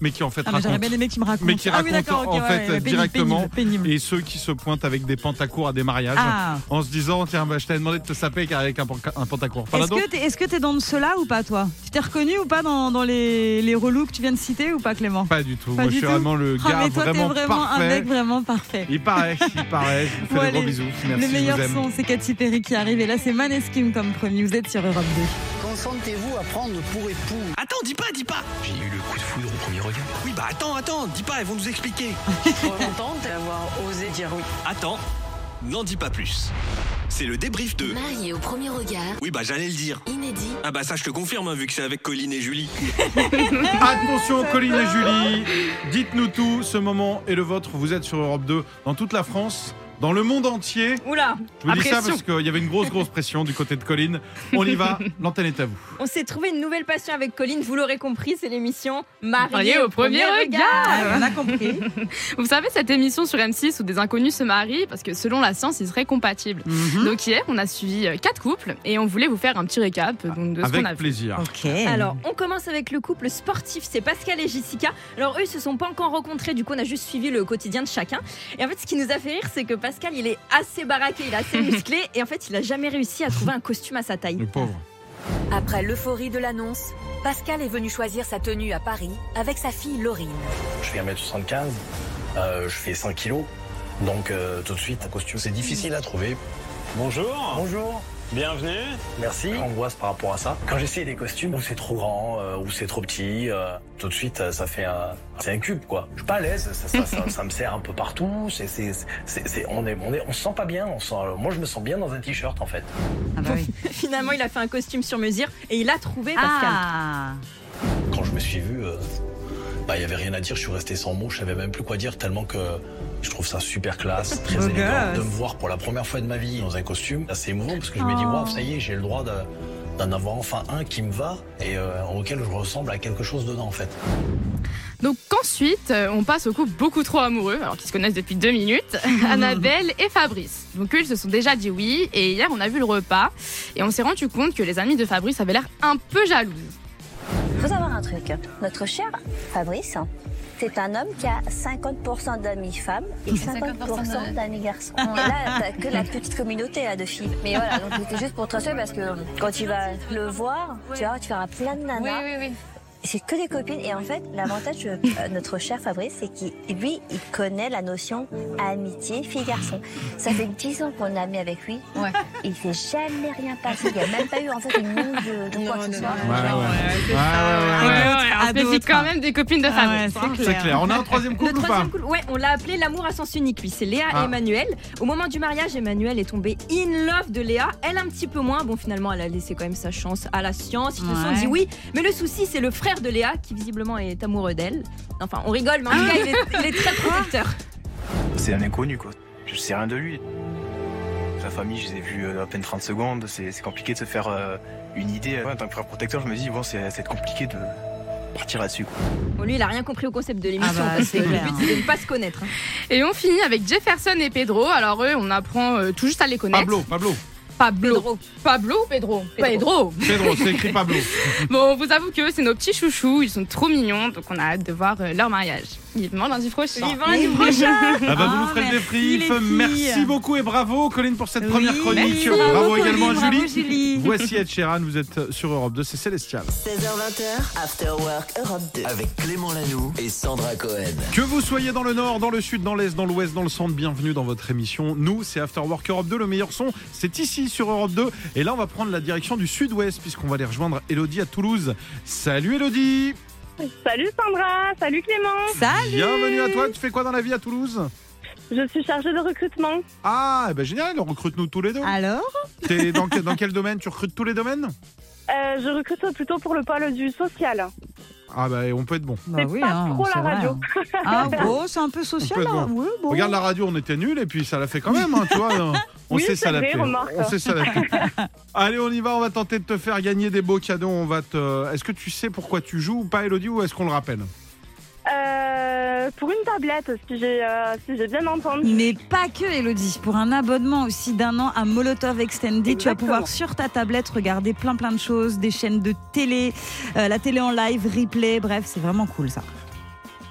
[SPEAKER 2] mais qui en fait
[SPEAKER 3] Ah, mais j'aurais
[SPEAKER 2] racontent.
[SPEAKER 3] bien aimé qu'ils me racontent.
[SPEAKER 2] Mais qui
[SPEAKER 3] ah, oui,
[SPEAKER 2] racontent,
[SPEAKER 3] d'accord, ok,
[SPEAKER 2] en
[SPEAKER 3] ouais,
[SPEAKER 2] fait,
[SPEAKER 3] ouais, pénible,
[SPEAKER 2] directement.
[SPEAKER 3] Pénible, pénible.
[SPEAKER 2] Et ceux qui se pointent avec des pantacours à des mariages.
[SPEAKER 3] Ah.
[SPEAKER 2] En se disant, tiens, bah, je t'avais demandé de te saper car avec un, panca- un pantacourt. T'en as
[SPEAKER 3] Est-ce
[SPEAKER 2] d'autres
[SPEAKER 3] que t'es est-ce que t'es dans de ceux-là ou pas, toi Tu t'es reconnu ou pas dans, dans les, les relous que tu viens de citer ou pas, Clément
[SPEAKER 2] Pas du tout.
[SPEAKER 3] Pas
[SPEAKER 2] Moi,
[SPEAKER 3] du
[SPEAKER 2] je suis
[SPEAKER 3] tout.
[SPEAKER 2] vraiment le
[SPEAKER 3] Ah,
[SPEAKER 2] gars
[SPEAKER 3] mais toi, t'es
[SPEAKER 2] vraiment,
[SPEAKER 3] vraiment un
[SPEAKER 2] parfait.
[SPEAKER 3] mec vraiment parfait.
[SPEAKER 2] Il paraît, il paraît. Je vous fais
[SPEAKER 3] Bon,
[SPEAKER 2] des gros
[SPEAKER 3] allez,
[SPEAKER 2] bisous. Merci,
[SPEAKER 3] Le meilleur
[SPEAKER 2] je vous aime.
[SPEAKER 3] son, c'est Katy Perry qui arrive. Et là, c'est Maneskin comme premier. Vous êtes sur Europe 2.
[SPEAKER 8] Consentez-vous à prendre pour époux
[SPEAKER 9] Attends, dis pas, dis pas
[SPEAKER 5] J'ai eu le coup de foudre au premier regard.
[SPEAKER 9] Oui, bah attends, attends, dis pas, elles vont nous expliquer.
[SPEAKER 10] trop contente d'avoir osé dire oui.
[SPEAKER 9] Attends, n'en dis pas plus. C'est le débrief de...
[SPEAKER 11] Marié au premier regard,
[SPEAKER 9] Oui, bah j'allais le dire.
[SPEAKER 11] inédit.
[SPEAKER 9] Ah bah ça, je te confirme, hein, vu que c'est avec Colline et Julie.
[SPEAKER 2] Attention, Colline et Julie. Dites-nous tout. Ce moment est le vôtre. Vous êtes sur Europe 2, dans toute la France, dans le monde entier.
[SPEAKER 10] Oula,
[SPEAKER 2] Je vous
[SPEAKER 10] à
[SPEAKER 2] dis ça
[SPEAKER 10] pression.
[SPEAKER 2] parce qu'il y avait une grosse, grosse pression du côté de Colline. On y va. L'antenne est à vous.
[SPEAKER 10] on s'est trouvé une nouvelle passion avec Colline, vous l'aurez compris, c'est l'émission Mariée,
[SPEAKER 11] Mariée au premier
[SPEAKER 3] Ah, on a compris.
[SPEAKER 11] Vous savez, cette émission sur M6 où des inconnus se marient, parce que selon la science, ils seraient compatibles. Donc hier, on a suivi euh, quatre couples et on voulait vous faire un petit récap euh, donc, de ce qu'on a
[SPEAKER 2] Avec
[SPEAKER 11] vu.
[SPEAKER 2] plaisir.
[SPEAKER 3] ok.
[SPEAKER 10] Alors, on commence avec le couple sportif, c'est Pascal et Jessica. Alors, eux, ils se sont pas encore rencontrés, du coup, on a juste suivi le quotidien de chacun. Et en fait, ce qui nous a fait rire, c'est que Pascal, il est assez baraqué, il est assez musclé, et en fait, il a jamais réussi à trouver un costume à sa taille.
[SPEAKER 2] Le pauvre.
[SPEAKER 11] Après l'euphorie de l'annonce, Pascal est venu choisir sa tenue à Paris avec sa fille Laurine.
[SPEAKER 8] Je fais 1m75, euh, je fais 5 kilos, donc euh, tout de suite, un costume, c'est difficile à trouver. Bonjour Bonjour Bienvenue Merci Angoisse par rapport à ça. Quand j'essaie des costumes où c'est trop grand, euh, où c'est trop petit, euh, tout de suite, euh, ça fait un... C'est un cube, quoi. Je suis pas à l'aise, ça, ça, ça- ça me sert un peu partout, c'est... c'est- c'est- c'est- on, est, on, est, on se sent pas bien, on se sent, moi je me sens bien dans un t-shirt, en fait.
[SPEAKER 3] Ah, bah oui.
[SPEAKER 10] Finalement, il a fait un costume sur mesure, et il a trouvé Pascal.
[SPEAKER 3] Ah.
[SPEAKER 8] Quand je me suis vu, euh, bah, il y avait rien à dire, je suis resté sans mots, je savais même plus quoi dire, tellement que je trouve ça super classe, très
[SPEAKER 3] Beau
[SPEAKER 8] élégant.
[SPEAKER 3] gosse.
[SPEAKER 8] De me voir pour la première fois de ma vie dans un costume, c'est émouvant parce que je me dis,
[SPEAKER 3] Oh.
[SPEAKER 8] waouh, ça y est, j'ai le droit de- d'en avoir enfin un qui me va et euh, auquel je ressemble à quelque chose dedans en fait.
[SPEAKER 11] Donc ensuite, euh, on passe au couple beaucoup trop amoureux, alors qu'ils se connaissent depuis deux minutes, Annabelle et Fabrice. Donc eux, ils se sont déjà dit oui, et hier, on a vu le repas, et on s'est rendu compte que les amis de Fabrice avaient l'air un peu jalouses.
[SPEAKER 12] faut savoir un truc. Notre cher Fabrice, c'est un homme qui a 50% d'amis femmes et 50% d'amis garçons. Là, t'as que la petite communauté là, de filles. Mais voilà, donc c'était juste pour te rassurer parce que quand tu vas le voir, tu vas tu verras plein de nanas. C'est que des copines. Et en fait, l'avantage de euh, notre cher Fabrice, c'est qu'il, lui, il connaît la notion amitié fille-garçon. Ça fait 10 ans qu'on est amis avec lui. Il fait jamais rien passer. Il n'y a même pas eu, en fait, une onde de, de quoi que ce soit.
[SPEAKER 11] Ouais, ouais,
[SPEAKER 3] d'autres,
[SPEAKER 11] on
[SPEAKER 3] à
[SPEAKER 11] se méfie
[SPEAKER 3] d'autres.
[SPEAKER 11] quand même des copines de
[SPEAKER 3] Ah
[SPEAKER 11] Fabrice.
[SPEAKER 3] ouais,
[SPEAKER 11] hein.
[SPEAKER 2] C'est clair. On a un troisième
[SPEAKER 10] Le
[SPEAKER 2] couple ou pas
[SPEAKER 10] troisième couple, ouais, on l'a appelé l'amour à sens unique, lui. C'est Léa
[SPEAKER 2] Ah.
[SPEAKER 10] et Emmanuel. Au moment du mariage, Emmanuel est tombé in love de Léa. Elle, un petit peu moins. Bon, finalement, elle a laissé quand même sa chance à la science. Ils se sont
[SPEAKER 3] Ouais.
[SPEAKER 10] dit oui. Mais le souci, c'est le frère de Léa qui, visiblement, est amoureux d'elle. Enfin, on rigole, mais en tout
[SPEAKER 2] Ah.
[SPEAKER 10] cas, il est, il est très protecteur.
[SPEAKER 13] C'est un inconnu, quoi. Je sais rien de lui. Sa famille, je les ai vus euh, à peine 30 secondes. C'est c'est compliqué de se faire euh, une idée. Ouais, en tant que frère protecteur, je me dis, bon, c'est c'est compliqué de partir là-dessus, quoi.
[SPEAKER 10] Bon, lui, il a rien compris au concept de l'émission.
[SPEAKER 3] Ah bah,
[SPEAKER 10] parce que
[SPEAKER 3] c'est
[SPEAKER 10] le
[SPEAKER 3] clair.
[SPEAKER 10] but, c'est de ne pas se connaître. hein.
[SPEAKER 11] Et on finit avec Jefferson et Pedro. Alors eux, on apprend euh, tout juste à les connaître.
[SPEAKER 2] Pablo, Pablo.
[SPEAKER 11] Pablo.
[SPEAKER 10] Pedro.
[SPEAKER 11] Pablo ou Pedro Pedro.
[SPEAKER 2] Pedro, c'est écrit Pablo.
[SPEAKER 11] Bon, on vous avoue que c'est nos petits chouchous. Ils sont trop mignons, donc on a hâte de voir euh, leur mariage. Vivement lundi prochain.
[SPEAKER 10] Vivant lundi prochain
[SPEAKER 2] Ah bah vous
[SPEAKER 3] Ah,
[SPEAKER 2] nous ferez le
[SPEAKER 3] merci,
[SPEAKER 2] débrief.
[SPEAKER 3] les filles.
[SPEAKER 2] Merci beaucoup et bravo Colline pour cette première
[SPEAKER 3] Oui,
[SPEAKER 2] chronique.
[SPEAKER 3] merci.
[SPEAKER 2] Bravo,
[SPEAKER 3] Bravo,
[SPEAKER 2] également à
[SPEAKER 3] Colline, bravo,
[SPEAKER 2] Julie.
[SPEAKER 3] Julie.
[SPEAKER 2] Voici Ed Sheeran, vous êtes sur Europe 2, c'est Célestial.
[SPEAKER 1] 16h20h, After Work Europe 2.
[SPEAKER 5] Avec Clément Lanoux et Sandra Cohen.
[SPEAKER 2] Que vous soyez dans le nord, dans le sud, dans l'est, dans l'ouest, dans le centre, bienvenue dans votre émission. Nous, c'est After Work Europe 2, le meilleur son, c'est ici sur Europe 2. Et là, on va prendre la direction du sud-ouest puisqu'on va aller rejoindre Elodie à Toulouse. Salut Elodie
[SPEAKER 14] Salut Sandra, salut Clément.
[SPEAKER 3] Salut
[SPEAKER 2] Bienvenue à toi, tu fais quoi dans la vie à Toulouse
[SPEAKER 14] Je suis chargée de recrutement.
[SPEAKER 2] Ah, eh ben génial, on recrute nous tous les deux.
[SPEAKER 3] Alors
[SPEAKER 2] T'es dans, quel- dans quel domaine Tu recrutes tous les domaines
[SPEAKER 14] Euh, je recrute plutôt pour le pôle du social.
[SPEAKER 2] Ah bah on peut être bon.
[SPEAKER 3] Bah oui,
[SPEAKER 14] pas
[SPEAKER 3] hein,
[SPEAKER 14] trop la
[SPEAKER 3] c'est vrai,
[SPEAKER 14] radio.
[SPEAKER 3] hein. Ah bon, c'est un peu social.
[SPEAKER 2] peut être
[SPEAKER 3] hein.
[SPEAKER 2] bon.
[SPEAKER 3] Ouais, bon.
[SPEAKER 2] Regarde la radio, on était nuls et puis ça l'a fait quand même, hein, tu vois. hein. On
[SPEAKER 14] Oui,
[SPEAKER 2] sait
[SPEAKER 14] c'est
[SPEAKER 2] s'adapter.
[SPEAKER 14] vrai, remarque.
[SPEAKER 2] On sait s'adapter. Allez, on y va, on va tenter de te faire gagner des beaux cadeaux. On va te. Est-ce que tu sais pourquoi tu joues ou pas, Elodie, ou est-ce qu'on le rappelle
[SPEAKER 14] Euh, pour une tablette, si j'ai euh, si j'ai bien entendu.
[SPEAKER 3] Mais pas que, Elodie. Pour un abonnement aussi d'un an à Molotov Extended, tu vas
[SPEAKER 14] Exactement.
[SPEAKER 3] pouvoir sur ta tablette regarder plein plein de choses, des chaînes de télé, euh, la télé en live, replay, bref, c'est vraiment cool ça.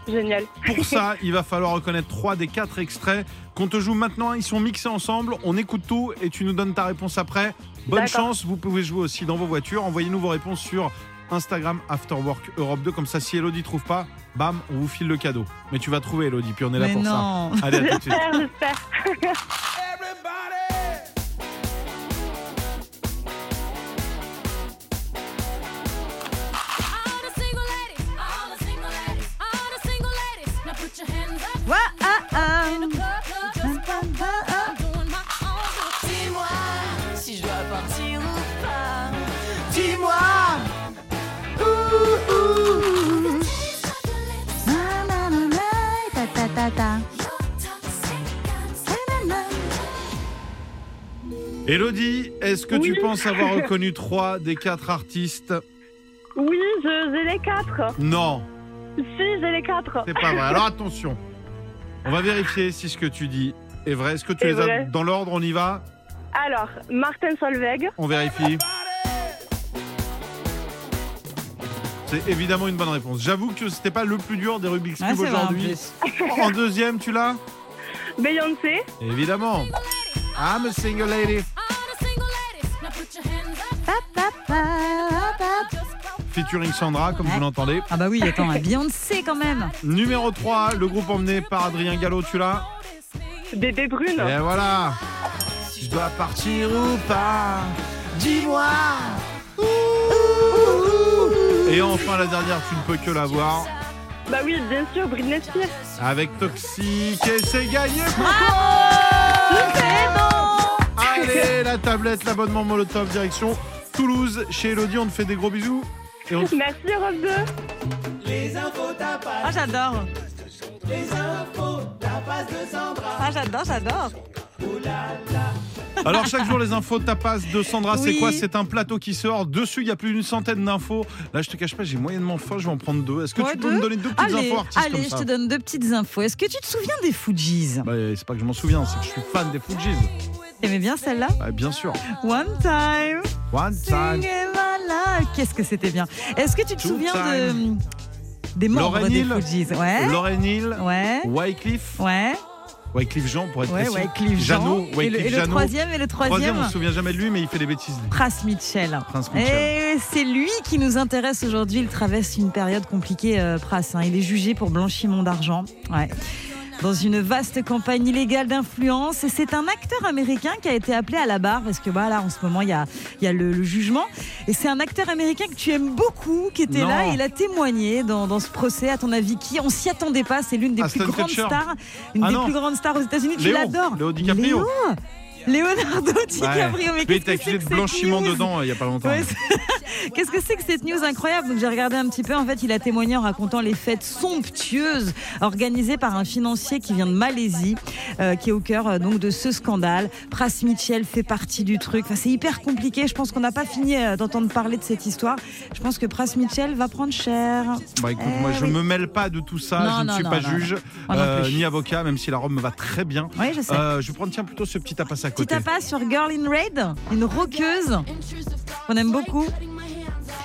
[SPEAKER 14] Génial.
[SPEAKER 2] Pour ça, il va falloir reconnaître trois des quatre extraits qu'on te joue maintenant. Ils sont mixés ensemble. On écoute tout et tu nous donnes ta réponse après. Bonne
[SPEAKER 14] D'accord.
[SPEAKER 2] chance. Vous pouvez jouer aussi dans vos voitures. Envoyez-nous vos réponses sur Instagram Afterwork Europe 2. Comme ça, si Elodie trouve pas, bam, on vous file le cadeau. Mais tu vas trouver, Elodie. Puis on est là
[SPEAKER 3] Mais
[SPEAKER 2] pour
[SPEAKER 3] non.
[SPEAKER 2] ça. Allez, à tout de suite.
[SPEAKER 14] J'espère, j'espère.
[SPEAKER 3] Ouah, ah, ah.
[SPEAKER 15] Dis-moi si je dois partir ou pas.
[SPEAKER 1] Dis-moi
[SPEAKER 3] Na, na, na, na, ta, ta, ta, ta.
[SPEAKER 2] Elodie, est-ce que tu
[SPEAKER 14] Oui.
[SPEAKER 2] penses avoir reconnu trois des quatre artistes
[SPEAKER 14] Oui, je- j'ai les quatre.
[SPEAKER 2] Non,
[SPEAKER 14] Si, j'ai les quatre.
[SPEAKER 2] c'est pas vrai. Alors attention, on va vérifier si ce que tu dis est vrai. Est-ce que tu
[SPEAKER 14] C'est
[SPEAKER 2] les as
[SPEAKER 14] vrai.
[SPEAKER 2] dans l'ordre On y va
[SPEAKER 14] Alors, Martin Solveig.
[SPEAKER 2] On vérifie. C'est évidemment une bonne réponse. J'avoue que c'était pas le plus dur des Rubik's
[SPEAKER 3] Ouais,
[SPEAKER 2] Cube
[SPEAKER 3] c'est vrai, hein. en
[SPEAKER 2] aujourd'hui. En, deuxième, tu l'as
[SPEAKER 14] Beyoncé.
[SPEAKER 2] Évidemment. I'm a single lady. Featuring Sandra, comme vous l'entendez.
[SPEAKER 3] Ah bah oui, attends, hein, Beyoncé quand même.
[SPEAKER 2] Numéro 3, le groupe emmené par Adrien Gallo, tu l'as
[SPEAKER 14] Bébé Brune.
[SPEAKER 2] Et voilà Si je dois partir ou pas, dis-moi Et enfin la dernière, tu ne peux que la voir,
[SPEAKER 14] Bah oui, bien sûr, Britney Spears.
[SPEAKER 2] avec Toxic et c'est gagné pour toi Allez, la tablette, l'abonnement Molotov, direction Toulouse, chez Elodie, on te fait des gros bisous et on te-
[SPEAKER 14] Merci Europe 2.
[SPEAKER 15] Les infos tapas.
[SPEAKER 3] Ah j'adore.
[SPEAKER 15] Les infos tapas de Sandra.
[SPEAKER 3] Ah j'adore, j'adore.
[SPEAKER 15] Ouh là là.
[SPEAKER 2] Alors chaque jour les infos tapas de Sandra, c'est
[SPEAKER 3] Oui.
[SPEAKER 2] quoi C'est un plateau qui sort. Dessus, il y a plus d'une centaine d'infos. Là, je te cache pas, j'ai moyennement faim. Je vais en prendre deux. Est-ce que
[SPEAKER 3] Ouais,
[SPEAKER 2] tu peux
[SPEAKER 3] deux
[SPEAKER 2] me donner deux petites
[SPEAKER 3] allez,
[SPEAKER 2] infos artistes
[SPEAKER 3] Allez,
[SPEAKER 2] comme
[SPEAKER 3] je
[SPEAKER 2] ça
[SPEAKER 3] te donne deux petites infos. Est-ce que tu te souviens des Fujis
[SPEAKER 2] Bah, c'est pas que je m'en souviens, c'est que je suis fan des Fujis.
[SPEAKER 3] T'aimais bien celle-là
[SPEAKER 2] Bah, bien sûr.
[SPEAKER 3] One time,
[SPEAKER 2] One time.
[SPEAKER 3] singing my life. Qu'est-ce que c'était bien. Est-ce que tu te
[SPEAKER 2] Two
[SPEAKER 3] souviens de, mm,
[SPEAKER 2] time.
[SPEAKER 3] des membres
[SPEAKER 2] Lauryn Hill.
[SPEAKER 3] des Fujis Ouais.
[SPEAKER 2] Lauryn Hill.
[SPEAKER 3] Ouais.
[SPEAKER 2] Wycliffe.
[SPEAKER 3] Ouais.
[SPEAKER 2] Wycliffe Jean pour être
[SPEAKER 3] Ouais,
[SPEAKER 2] précis.
[SPEAKER 3] Wycliffe Jean.
[SPEAKER 2] Jeannot,
[SPEAKER 3] Et le-
[SPEAKER 2] Wycliffe
[SPEAKER 3] et le
[SPEAKER 2] Jeannot.
[SPEAKER 3] troisième, et le troisième.
[SPEAKER 2] on se souvient jamais de lui, mais il fait des bêtises.
[SPEAKER 3] Prince Mitchell.
[SPEAKER 2] Prince
[SPEAKER 3] Et c'est lui qui nous intéresse aujourd'hui. Il traverse une période compliquée, euh, Pras. hein. Il est jugé pour blanchiment d'argent. Ouais. Dans une vaste campagne illégale d'influence. Et c'est un acteur américain qui a été appelé à la barre parce que bah, là, en ce moment, il y a, il y a le, le jugement. Et c'est un acteur américain que tu aimes beaucoup qui était
[SPEAKER 2] Non.
[SPEAKER 3] là. Il a témoigné dans, dans ce procès. À ton avis, qui On s'y attendait pas. C'est l'une des
[SPEAKER 2] Aston
[SPEAKER 3] plus grandes
[SPEAKER 2] Kutcher.
[SPEAKER 3] stars. Une
[SPEAKER 2] Ah
[SPEAKER 3] des
[SPEAKER 2] non.
[SPEAKER 3] plus grandes stars aux États-Unis. Tu
[SPEAKER 2] Léo.
[SPEAKER 3] l'adores.
[SPEAKER 2] Léo DiCaprio.
[SPEAKER 3] Léo Leonardo DiCaprio, mais
[SPEAKER 2] Mais
[SPEAKER 3] qu'est-ce
[SPEAKER 2] t'as
[SPEAKER 3] que c'est
[SPEAKER 2] accusé
[SPEAKER 3] que
[SPEAKER 2] de
[SPEAKER 3] cette
[SPEAKER 2] blanchiment
[SPEAKER 3] news
[SPEAKER 2] dedans euh, il y a pas longtemps.
[SPEAKER 3] Ouais, c'est- Qu'est-ce que c'est que cette news incroyable Donc j'ai regardé un petit peu. En fait, il a témoigné en racontant les fêtes somptueuses organisées par un financier qui vient de Malaisie, euh, qui est au cœur euh, donc de ce scandale. Pras Mitchell fait partie du truc. Enfin, c'est hyper compliqué. Je pense qu'on n'a pas fini euh, d'entendre parler de cette histoire. Je pense que Pras Mitchell va prendre cher.
[SPEAKER 2] Bah écoute, moi
[SPEAKER 3] Eh
[SPEAKER 2] je
[SPEAKER 3] oui.
[SPEAKER 2] me mêle pas de tout ça,
[SPEAKER 3] Non,
[SPEAKER 2] je
[SPEAKER 3] non,
[SPEAKER 2] ne suis
[SPEAKER 3] non,
[SPEAKER 2] pas
[SPEAKER 3] non,
[SPEAKER 2] juge,
[SPEAKER 3] non. Moi non
[SPEAKER 2] euh,
[SPEAKER 3] plus.
[SPEAKER 2] ni avocat, même si la robe me va très bien.
[SPEAKER 3] Oui, je sais.
[SPEAKER 2] Euh, je vais prendre tiens plutôt ce petit tapas à
[SPEAKER 3] Petit
[SPEAKER 2] côté.
[SPEAKER 3] tapas sur Girl in Red, une roqueuse qu'on aime beaucoup.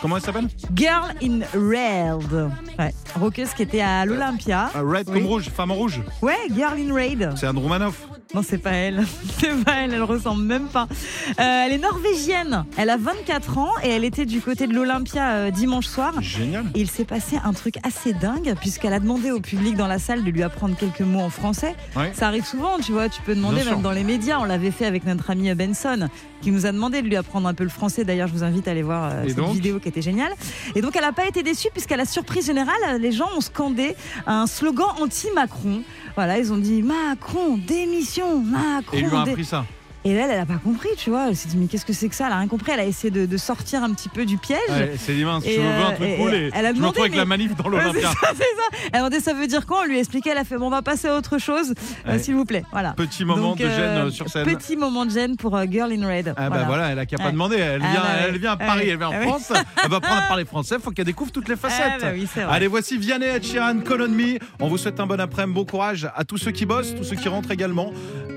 [SPEAKER 2] Comment elle s'appelle
[SPEAKER 3] Girl in Red. Ouais. Roqueuse qui était à l'Olympia.
[SPEAKER 2] Ah, Red
[SPEAKER 3] Oui.
[SPEAKER 2] comme rouge, femme en rouge.
[SPEAKER 3] Ouais, Girl in Red.
[SPEAKER 2] C'est Andrew Manoff.
[SPEAKER 3] Non, c'est pas elle. C'est pas elle, elle ressemble même pas. Euh, elle est norvégienne. Elle a 24 ans et elle était du côté de l'Olympia euh, dimanche soir.
[SPEAKER 2] Génial.
[SPEAKER 3] Et il s'est passé un truc assez dingue puisqu'elle a demandé au public dans la salle de lui apprendre quelques mots en français.
[SPEAKER 2] Ouais.
[SPEAKER 3] Ça arrive souvent, tu vois. Tu peux demander
[SPEAKER 2] Bien
[SPEAKER 3] même
[SPEAKER 2] sûr.
[SPEAKER 3] dans les médias. On l'avait fait avec notre ami Benson qui nous a demandé de lui apprendre un peu le français. D'ailleurs, je vous invite à aller voir euh,
[SPEAKER 2] Et
[SPEAKER 3] cette
[SPEAKER 2] donc
[SPEAKER 3] vidéo qui était géniale. Et donc, elle n'a pas été déçue puisqu'à la surprise générale, euh, les gens ont scandé un slogan anti-Macron. Voilà, ils ont dit Macron, démission, Macron.
[SPEAKER 2] Et ils lui ont
[SPEAKER 3] dé-
[SPEAKER 2] appris ça.
[SPEAKER 3] et elle, elle n'a pas compris, tu vois. Elle s'est dit, mais qu'est-ce que c'est que ça Elle a rien compris. Elle a essayé de, de sortir un petit peu du piège.
[SPEAKER 2] Ouais, c'est dit mince,
[SPEAKER 3] Et,
[SPEAKER 2] je veux
[SPEAKER 3] euh,
[SPEAKER 2] un truc
[SPEAKER 3] et-
[SPEAKER 2] cool
[SPEAKER 3] et
[SPEAKER 2] et
[SPEAKER 3] elle a
[SPEAKER 2] je me
[SPEAKER 3] demandé,
[SPEAKER 2] retrouve avec
[SPEAKER 3] mais-
[SPEAKER 2] la manif dans
[SPEAKER 3] Ouais, c'est
[SPEAKER 2] l'Olympia.
[SPEAKER 3] ça, c'est ça. Elle demandait ça veut dire quoi On lui a expliqué, elle a fait bon, on va passer à autre chose, euh,
[SPEAKER 2] Ouais.
[SPEAKER 3] s'il vous plaît. Voilà.
[SPEAKER 2] Petit moment de gêne, euh, sur scène.
[SPEAKER 3] Petit moment de gêne pour euh, Girl in Red.
[SPEAKER 2] Ah bah voilà, elle a qu'à pas
[SPEAKER 3] Ouais.
[SPEAKER 2] demander. Elle
[SPEAKER 3] Ah
[SPEAKER 2] vient,
[SPEAKER 3] bah ouais.
[SPEAKER 2] elle vient à
[SPEAKER 3] Ah
[SPEAKER 2] Paris,
[SPEAKER 3] ouais.
[SPEAKER 2] elle vient en
[SPEAKER 3] Ah ouais.
[SPEAKER 2] France. Elle va apprendre à parler français. Faut qu'elle découvre toutes les facettes.
[SPEAKER 3] Ah bah oui, c'est vrai.
[SPEAKER 2] Allez, voici Vianney et Chiran, Colon Me. On vous souhaite un bon après-midi, bon courage à tous ceux qui bossent, tous ceux qui rentrent également.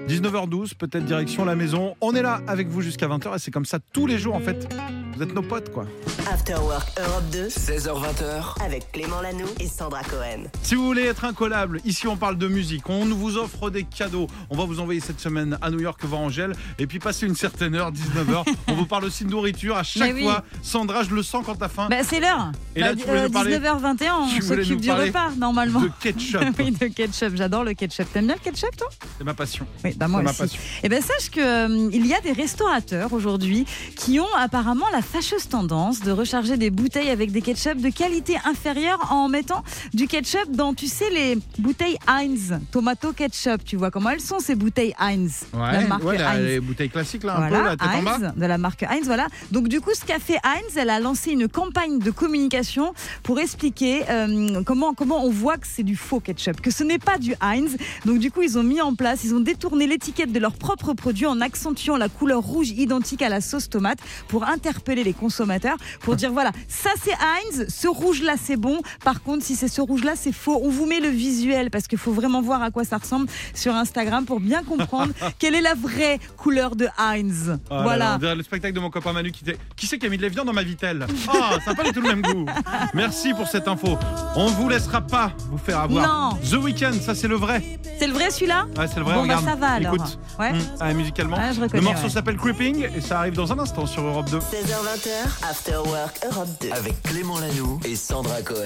[SPEAKER 2] 19h12, peut-être direction la maison. On est là avec vous jusqu'à 20h et c'est comme ça tous les jours en fait. Vous êtes nos potes quoi.
[SPEAKER 1] After Work Europe 2.
[SPEAKER 5] 16h20h.
[SPEAKER 1] Avec Clément Lano et Sandra Cohen.
[SPEAKER 2] Si vous voulez être incollable, ici on parle de musique, on vous offre des cadeaux. On va vous envoyer cette semaine à New York voir Angèle et puis passer une certaine heure, 19h. on vous parle aussi de nourriture à chaque
[SPEAKER 3] Mais oui.
[SPEAKER 2] fois. Sandra, je le sens quand t'as faim.
[SPEAKER 3] Bah, c'est l'heure.
[SPEAKER 2] Et là,
[SPEAKER 3] Bah,
[SPEAKER 2] tu voulais
[SPEAKER 3] euh,
[SPEAKER 2] nous parler-
[SPEAKER 3] 19h21, on
[SPEAKER 2] tu voulais
[SPEAKER 3] s'occupe
[SPEAKER 2] nous
[SPEAKER 3] du
[SPEAKER 2] parler
[SPEAKER 3] repas, normalement.
[SPEAKER 2] de ketchup.
[SPEAKER 3] oui, de ketchup. J'adore le ketchup. T'aimes bien le ketchup, toi
[SPEAKER 2] C'est ma passion.
[SPEAKER 3] Oui, bah moi
[SPEAKER 2] C'est ma
[SPEAKER 3] aussi.
[SPEAKER 2] passion.
[SPEAKER 3] Eh bien, sache qu'il y a des restaurateurs aujourd'hui qui ont apparemment la fâcheuse tendance de recharger des bouteilles avec des ketchup de qualité inférieure en mettant du ketchup dans, tu sais, les bouteilles Heinz, tomato ketchup. Tu vois comment elles sont ces bouteilles Heinz La marque
[SPEAKER 2] ouais, la-
[SPEAKER 3] Heinz.
[SPEAKER 2] les bouteilles classiques là, un
[SPEAKER 3] Voilà,
[SPEAKER 2] peu, la tête en bas.
[SPEAKER 3] Heinz, de la marque Heinz, voilà. Donc du coup, ce qu'a fait Heinz, elle a lancé une campagne de communication pour expliquer euh, comment, comment on voit que c'est du faux ketchup, que ce n'est pas du Heinz. Donc du coup, ils ont mis en place, ils ont détourné l'étiquette de leur propre produit en accentuant la couleur rouge identique à la sauce tomate pour interpeller les consommateurs, pour dire voilà, ça c'est Heinz, ce rouge-là c'est bon. Par contre, si c'est ce rouge-là, c'est faux. On vous met le visuel parce qu'il faut vraiment voir à quoi ça ressemble sur Instagram pour bien comprendre quelle est la vraie couleur de Heinz.
[SPEAKER 2] Ah là là, on
[SPEAKER 3] voilà.
[SPEAKER 2] dirait le spectacle de mon copain Manu qui était. Qui c'est qui a mis de la viande dans ma vitelle Ah, ça n'a pas du tout le même goût. Merci pour cette info. On ne vous laissera pas vous faire avoir.
[SPEAKER 3] Non.
[SPEAKER 2] The Weeknd, ça c'est le vrai.
[SPEAKER 3] C'est le vrai celui-là
[SPEAKER 2] Ouais, c'est le vrai,
[SPEAKER 3] Bon, bah,
[SPEAKER 2] regarde.
[SPEAKER 3] ça va alors.
[SPEAKER 2] Écoute.
[SPEAKER 3] Ouais.
[SPEAKER 2] Mmh, ah, musicalement.
[SPEAKER 3] Ah, je
[SPEAKER 2] le
[SPEAKER 3] reconnais,
[SPEAKER 2] morceau
[SPEAKER 3] ouais.
[SPEAKER 2] s'appelle Creeping et ça arrive dans un instant sur Europe 2.
[SPEAKER 1] 16h20h. After Work Europe 2.
[SPEAKER 5] Avec Clément Lanoux et Sandra Cohen.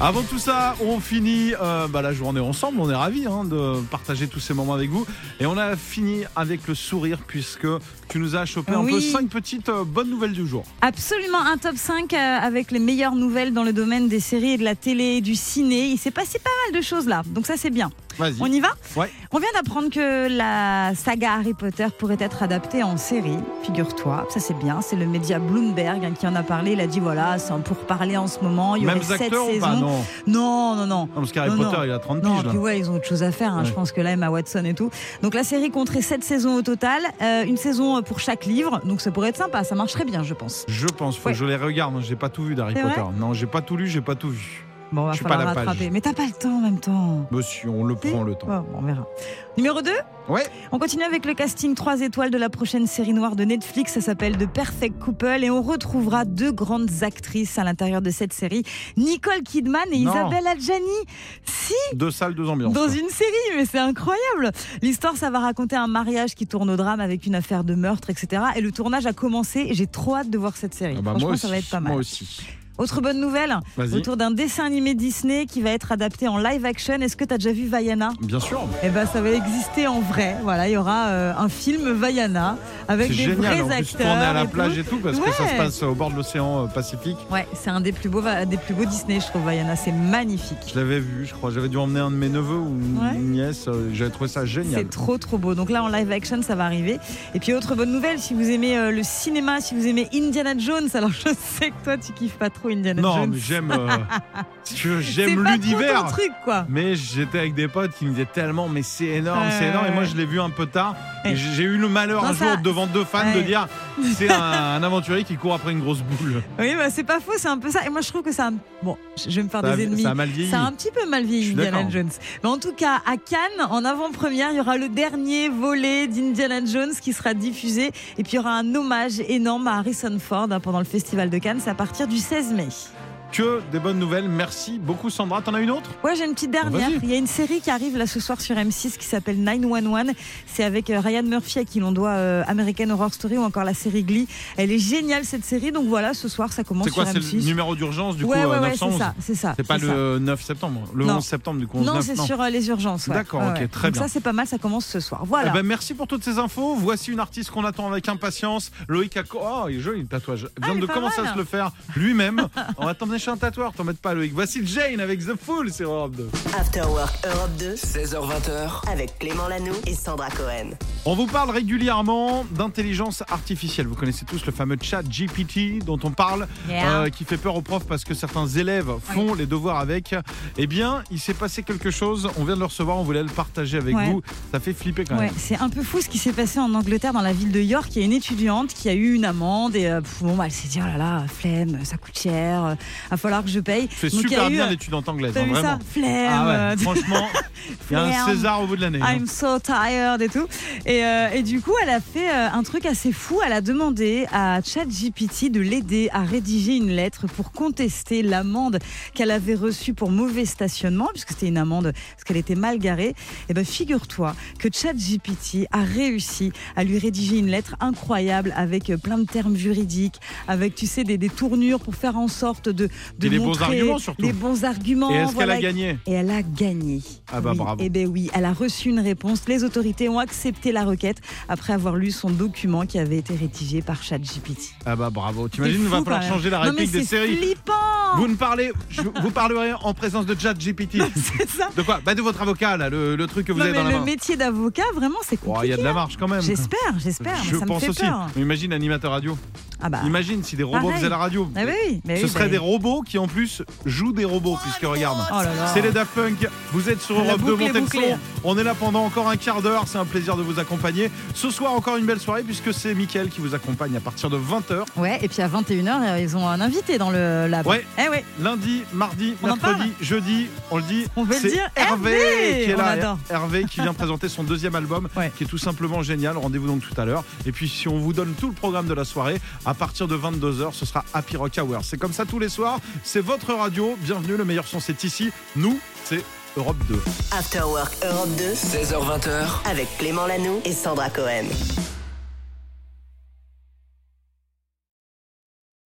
[SPEAKER 2] Avant tout ça, on finit euh, bah, la journée ensemble. On est ravis hein, de partager tous ces moments avec vous. Et on a fini avec le sourire puisque tu nous as chopé un
[SPEAKER 3] Oui.
[SPEAKER 2] peu cinq petites euh, bonnes nouvelles du jour.
[SPEAKER 3] Absolument un top 5 euh, avec les meilleures nouvelles dans le domaine des séries et de la télé, du ciné. Il s'est passé pas mal de choses là, donc ça c'est bien.
[SPEAKER 2] Vas-y.
[SPEAKER 3] On y va
[SPEAKER 2] Ouais.
[SPEAKER 3] On vient d'apprendre que la saga Harry Potter pourrait être adaptée en série, figure-toi. Ça, c'est bien. C'est le média Bloomberg hein, qui en a parlé. Il a dit voilà, c'est pour parler en ce moment. Il y
[SPEAKER 2] Mêmes
[SPEAKER 3] aurait sept
[SPEAKER 2] acteurs ou
[SPEAKER 3] saisons.
[SPEAKER 2] pas Non.
[SPEAKER 3] Non, non, non.
[SPEAKER 2] parce qu'Harry
[SPEAKER 3] Non,
[SPEAKER 2] Potter,
[SPEAKER 3] non.
[SPEAKER 2] il a 30
[SPEAKER 3] Non,
[SPEAKER 2] piges, là.
[SPEAKER 3] puis ouais, ils ont autre chose à faire. hein. Je
[SPEAKER 2] Ouais.
[SPEAKER 3] pense que là, Emma Watson et tout. Donc la série compterait 7 saisons au total, euh, une saison pour chaque livre. Donc ça pourrait être sympa. Ça marcherait bien, je pense.
[SPEAKER 2] Je pense, faut
[SPEAKER 3] Ouais.
[SPEAKER 2] que je les regarde. Moi, J'ai pas tout vu d'Harry
[SPEAKER 3] C'est
[SPEAKER 2] Potter.
[SPEAKER 3] vrai
[SPEAKER 2] Non, j'ai pas tout lu, j'ai pas tout vu.
[SPEAKER 3] Bon, on va
[SPEAKER 2] je suis pas à
[SPEAKER 3] falloir
[SPEAKER 2] la
[SPEAKER 3] rattraper.
[SPEAKER 2] page.
[SPEAKER 3] Mais t'as pas le temps en même temps.
[SPEAKER 2] Monsieur, on le prend le temps.
[SPEAKER 3] Bon, on verra. Numéro 2
[SPEAKER 2] Ouais.
[SPEAKER 3] On continue avec le casting 3 étoiles de la prochaine série noire de Netflix. Ça s'appelle The Perfect Couple et on retrouvera deux grandes actrices à l'intérieur de cette série Nicole Kidman et
[SPEAKER 2] Non.
[SPEAKER 3] Isabelle Adjani. Si
[SPEAKER 2] Deux salles, deux ambiances.
[SPEAKER 3] dans
[SPEAKER 2] quoi.
[SPEAKER 3] une série, mais c'est incroyable. L'histoire, ça va raconter un mariage qui tourne au drame avec une affaire de meurtre, etc. Et le tournage a commencé. J'ai trop hâte de voir cette série.
[SPEAKER 2] Ah bah,
[SPEAKER 3] Franchement,
[SPEAKER 2] moi
[SPEAKER 3] ça va
[SPEAKER 2] aussi,
[SPEAKER 3] être pas mal.
[SPEAKER 2] Moi aussi.
[SPEAKER 3] Autre bonne nouvelle,
[SPEAKER 2] Vas-y.
[SPEAKER 3] autour d'un dessin animé Disney qui va être adapté en live action. Est-ce que t'as déjà vu Vaiana
[SPEAKER 2] Bien sûr.
[SPEAKER 3] Eh ben, ça va exister en vrai. Voilà, il y aura euh, un film Vaiana avec
[SPEAKER 2] C'est
[SPEAKER 3] des
[SPEAKER 2] génial.
[SPEAKER 3] vrais
[SPEAKER 2] En plus,
[SPEAKER 3] acteurs.
[SPEAKER 2] tourner à la
[SPEAKER 3] et
[SPEAKER 2] plage et tout, parce que ça se
[SPEAKER 3] Ouais.
[SPEAKER 2] passe au bord de l'océan euh, Pacifique.
[SPEAKER 3] Ouais, c'est un des plus beaux, va- des plus beaux Disney, je trouve. Vaiana, c'est magnifique.
[SPEAKER 2] Je l'avais vu, je crois. J'avais dû emmener un de mes neveux ou une
[SPEAKER 3] Ouais.
[SPEAKER 2] nièce. euh, J'avais trouvé ça génial.
[SPEAKER 3] C'est trop trop beau. Donc là en live action ça va arriver. Et puis autre bonne nouvelle, si vous aimez euh, le cinéma, si vous aimez Indiana Jones, alors je sais que toi tu kiffes pas trop Indiana
[SPEAKER 2] Non,
[SPEAKER 3] Jones.
[SPEAKER 2] mais j'aime. euh, si tu veux,
[SPEAKER 3] C'est
[SPEAKER 2] j'aime
[SPEAKER 3] pas trop
[SPEAKER 2] l'univers.
[SPEAKER 3] ton truc quoi.
[SPEAKER 2] Mais j'étais avec des potes qui me disaient tellement, mais c'est énorme, c'est
[SPEAKER 3] Ouais,
[SPEAKER 2] énorme. Et
[SPEAKER 3] ouais,
[SPEAKER 2] moi,
[SPEAKER 3] ouais.
[SPEAKER 2] je l'ai vu un peu tard.
[SPEAKER 3] Ouais.
[SPEAKER 2] Et j'ai j'ai eu le malheur
[SPEAKER 3] Non,
[SPEAKER 2] un
[SPEAKER 3] ça-
[SPEAKER 2] jour devant deux fans de
[SPEAKER 3] Ouais.
[SPEAKER 2] dire c'est un, un aventurier qui court après une grosse boule.
[SPEAKER 3] Oui, bah, c'est pas faux, c'est un peu ça. Et moi, je trouve que ça. Bon, je vais me faire
[SPEAKER 2] Ça a-
[SPEAKER 3] des ennemis.
[SPEAKER 2] ça a mal vieilli.
[SPEAKER 3] Ça a un petit peu mal
[SPEAKER 2] Je
[SPEAKER 3] vieilli,
[SPEAKER 2] suis
[SPEAKER 3] Indiana
[SPEAKER 2] d'accord.
[SPEAKER 3] Jones. Mais en tout cas, à Cannes, en avant-première, il y aura le dernier volet d'Indiana Jones qui sera diffusé. Et puis, il y aura un hommage énorme à Harrison Ford hein, pendant le Festival de Cannes. C'est à partir du 16 mai.
[SPEAKER 2] Que des bonnes nouvelles. Merci beaucoup, Sandra. T'en as une autre
[SPEAKER 3] Ouais, j'ai une petite dernière.
[SPEAKER 2] Bah, Vas-y.
[SPEAKER 3] Il y a une série qui arrive là ce soir sur M6 qui s'appelle 911. C'est avec euh, Ryan Murphy à qui l'on doit euh, American Horror Story ou encore la série Glee. Elle est géniale cette série. Donc voilà, ce soir ça commence
[SPEAKER 2] C'est quoi
[SPEAKER 3] sur
[SPEAKER 2] C'est
[SPEAKER 3] M6.
[SPEAKER 2] le numéro d'urgence du
[SPEAKER 3] ouais,
[SPEAKER 2] coup euh,
[SPEAKER 3] ouais, ouais,
[SPEAKER 2] 911
[SPEAKER 3] c'est ça, c'est ça.
[SPEAKER 2] C'est pas
[SPEAKER 3] c'est
[SPEAKER 2] le 9 septembre, le
[SPEAKER 3] Non.
[SPEAKER 2] 11 septembre du coup. 11
[SPEAKER 3] Non,
[SPEAKER 2] neuf,
[SPEAKER 3] c'est sur euh, les urgences. ouais.
[SPEAKER 2] D'accord,
[SPEAKER 3] Ouais,
[SPEAKER 2] ok,
[SPEAKER 3] ouais.
[SPEAKER 2] très
[SPEAKER 3] Donc
[SPEAKER 2] bien.
[SPEAKER 3] Ça, c'est pas mal, ça commence ce soir. Voilà.
[SPEAKER 2] Eh ben, merci pour toutes ces infos. Voici une artiste qu'on attend avec impatience. Loïc a. Oh, il est joli le tatouage. Il
[SPEAKER 3] Ah,
[SPEAKER 2] vient
[SPEAKER 3] il est
[SPEAKER 2] de
[SPEAKER 3] pas
[SPEAKER 2] commencer
[SPEAKER 3] mal.
[SPEAKER 2] à se le faire lui-même. On va t'emmener chez un tatoueur, t'en mettes pas, Loïc. Voici Jane avec The Fool sur Europe 2.
[SPEAKER 1] After Work Europe 2.
[SPEAKER 5] 16h20.
[SPEAKER 1] Avec Clément Lanoux et Sandra Cohen.
[SPEAKER 2] On vous parle régulièrement d'intelligence artificielle. Vous connaissez tous le fameux chat GPT dont on parle, euh,
[SPEAKER 3] Yeah.
[SPEAKER 2] qui fait peur aux profs parce que certains élèves font les devoirs avec. Eh bien, il s'est passé quelque chose. On vient de le recevoir, on voulait le partager avec
[SPEAKER 3] Ouais.
[SPEAKER 2] vous. Ça fait flipper quand
[SPEAKER 3] Ouais,
[SPEAKER 2] même.
[SPEAKER 3] c'est un peu fou ce qui s'est passé en Angleterre, dans la ville de York. Il y a une étudiante qui a eu une amende et euh, pff, bon, bah, elle s'est dit oh là là, flemme, ça coûte cher, euh, va falloir que je paye.
[SPEAKER 2] Fait
[SPEAKER 3] Donc, il y a
[SPEAKER 2] super
[SPEAKER 3] eu,
[SPEAKER 2] bien
[SPEAKER 3] euh,
[SPEAKER 2] l'étudiante anglaise,
[SPEAKER 3] T'as
[SPEAKER 2] hein,
[SPEAKER 3] vu
[SPEAKER 2] vraiment.
[SPEAKER 3] ça Flemme.
[SPEAKER 2] Ah ouais,
[SPEAKER 3] euh,
[SPEAKER 2] franchement, il y a un
[SPEAKER 3] Flemme.
[SPEAKER 2] César au bout de l'année. hein.
[SPEAKER 3] I'm so tired et tout. Et, euh, et du coup, elle a fait euh, un truc assez fou. Elle a demandé à ChatGPT de l'aider à rédiger une lettre pour contester l'amende qu'elle avait reçue pour mauvais stationnement, puisque c'était une amende parce qu'elle était mal garée. Et ben, figure-toi que ChatGPT a réussi à lui rédiger une lettre incroyable avec euh, plein de termes juridiques, avec tu sais des, des tournures pour faire en sorte de, de
[SPEAKER 2] Et les bons
[SPEAKER 3] montrer
[SPEAKER 2] arguments, surtout.
[SPEAKER 3] les bons arguments.
[SPEAKER 2] Et est-ce qu'elle
[SPEAKER 3] voilà.
[SPEAKER 2] a gagné
[SPEAKER 3] Et elle a gagné.
[SPEAKER 2] Ah bah
[SPEAKER 3] Oui,
[SPEAKER 2] bravo.
[SPEAKER 3] eh ben oui, elle a reçu une réponse. Les autorités ont accepté la requête après avoir lu son document qui avait été rédigé par ChatGPT.
[SPEAKER 2] Ah bah bravo. T'imagines, il va
[SPEAKER 3] fou,
[SPEAKER 2] falloir
[SPEAKER 3] quand même.
[SPEAKER 2] changer la
[SPEAKER 3] Non, mais
[SPEAKER 2] réplique des
[SPEAKER 3] c'est
[SPEAKER 2] séries.
[SPEAKER 3] flippant
[SPEAKER 2] Vous ne parlez, je- vous parlerez en présence de Chat GPT. De quoi Bah de votre avocat là, le, le truc que vous
[SPEAKER 3] Non,
[SPEAKER 2] avez
[SPEAKER 3] mais
[SPEAKER 2] dans la
[SPEAKER 3] le
[SPEAKER 2] main.
[SPEAKER 3] métier d'avocat, vraiment, c'est
[SPEAKER 2] Oh,
[SPEAKER 3] compliqué.
[SPEAKER 2] Il y a de la
[SPEAKER 3] hein.
[SPEAKER 2] marge quand même.
[SPEAKER 3] J'espère, j'espère.
[SPEAKER 2] Je
[SPEAKER 3] ça
[SPEAKER 2] pense
[SPEAKER 3] me fait
[SPEAKER 2] aussi.
[SPEAKER 3] Peur.
[SPEAKER 2] Mais Imagine animateur radio.
[SPEAKER 3] Ah bah,
[SPEAKER 2] Imagine si des robots
[SPEAKER 3] pareil.
[SPEAKER 2] faisaient la radio.
[SPEAKER 3] Ah oui, oui, mais
[SPEAKER 2] Ce
[SPEAKER 3] oui,
[SPEAKER 2] seraient
[SPEAKER 3] bah-
[SPEAKER 2] des robots qui en plus jouent des robots puisque regarde.
[SPEAKER 3] Oh là là.
[SPEAKER 2] C'est les Daft Punk. Vous êtes sur
[SPEAKER 3] La
[SPEAKER 2] Europe 2
[SPEAKER 3] boucle est
[SPEAKER 2] montez le
[SPEAKER 3] bouclée.
[SPEAKER 2] son. On est là pendant encore un quart d'heure. C'est un plaisir de vous accompagner. Ce soir encore une belle soirée puisque c'est Mickaël qui vous accompagne à partir de 20h.
[SPEAKER 3] Ouais, et puis à 21h, ils ont un invité dans le lab.
[SPEAKER 2] Ouais.
[SPEAKER 3] Eh ouais.
[SPEAKER 2] Lundi, mardi,
[SPEAKER 3] On en
[SPEAKER 2] mercredi, jeudi, on le dit.
[SPEAKER 3] On veut le
[SPEAKER 2] c'est
[SPEAKER 3] dire,
[SPEAKER 2] Hervé,
[SPEAKER 3] Hervé,
[SPEAKER 2] qui est
[SPEAKER 3] on
[SPEAKER 2] là.
[SPEAKER 3] l'adore.
[SPEAKER 2] Hervé qui vient présenter son deuxième album, qui est tout simplement génial. Rendez-vous donc tout à l'heure. Et puis si on vous donne tout le programme de la soirée, à partir de 22h, ce sera Happy Rock Hour. C'est comme ça tous les soirs. C'est votre radio. Bienvenue, le meilleur son c'est ici. Nous, c'est Europe 2.
[SPEAKER 1] After Work Europe 2.
[SPEAKER 5] 16h20.
[SPEAKER 1] Avec Clément Lanoux et Sandra Cohen.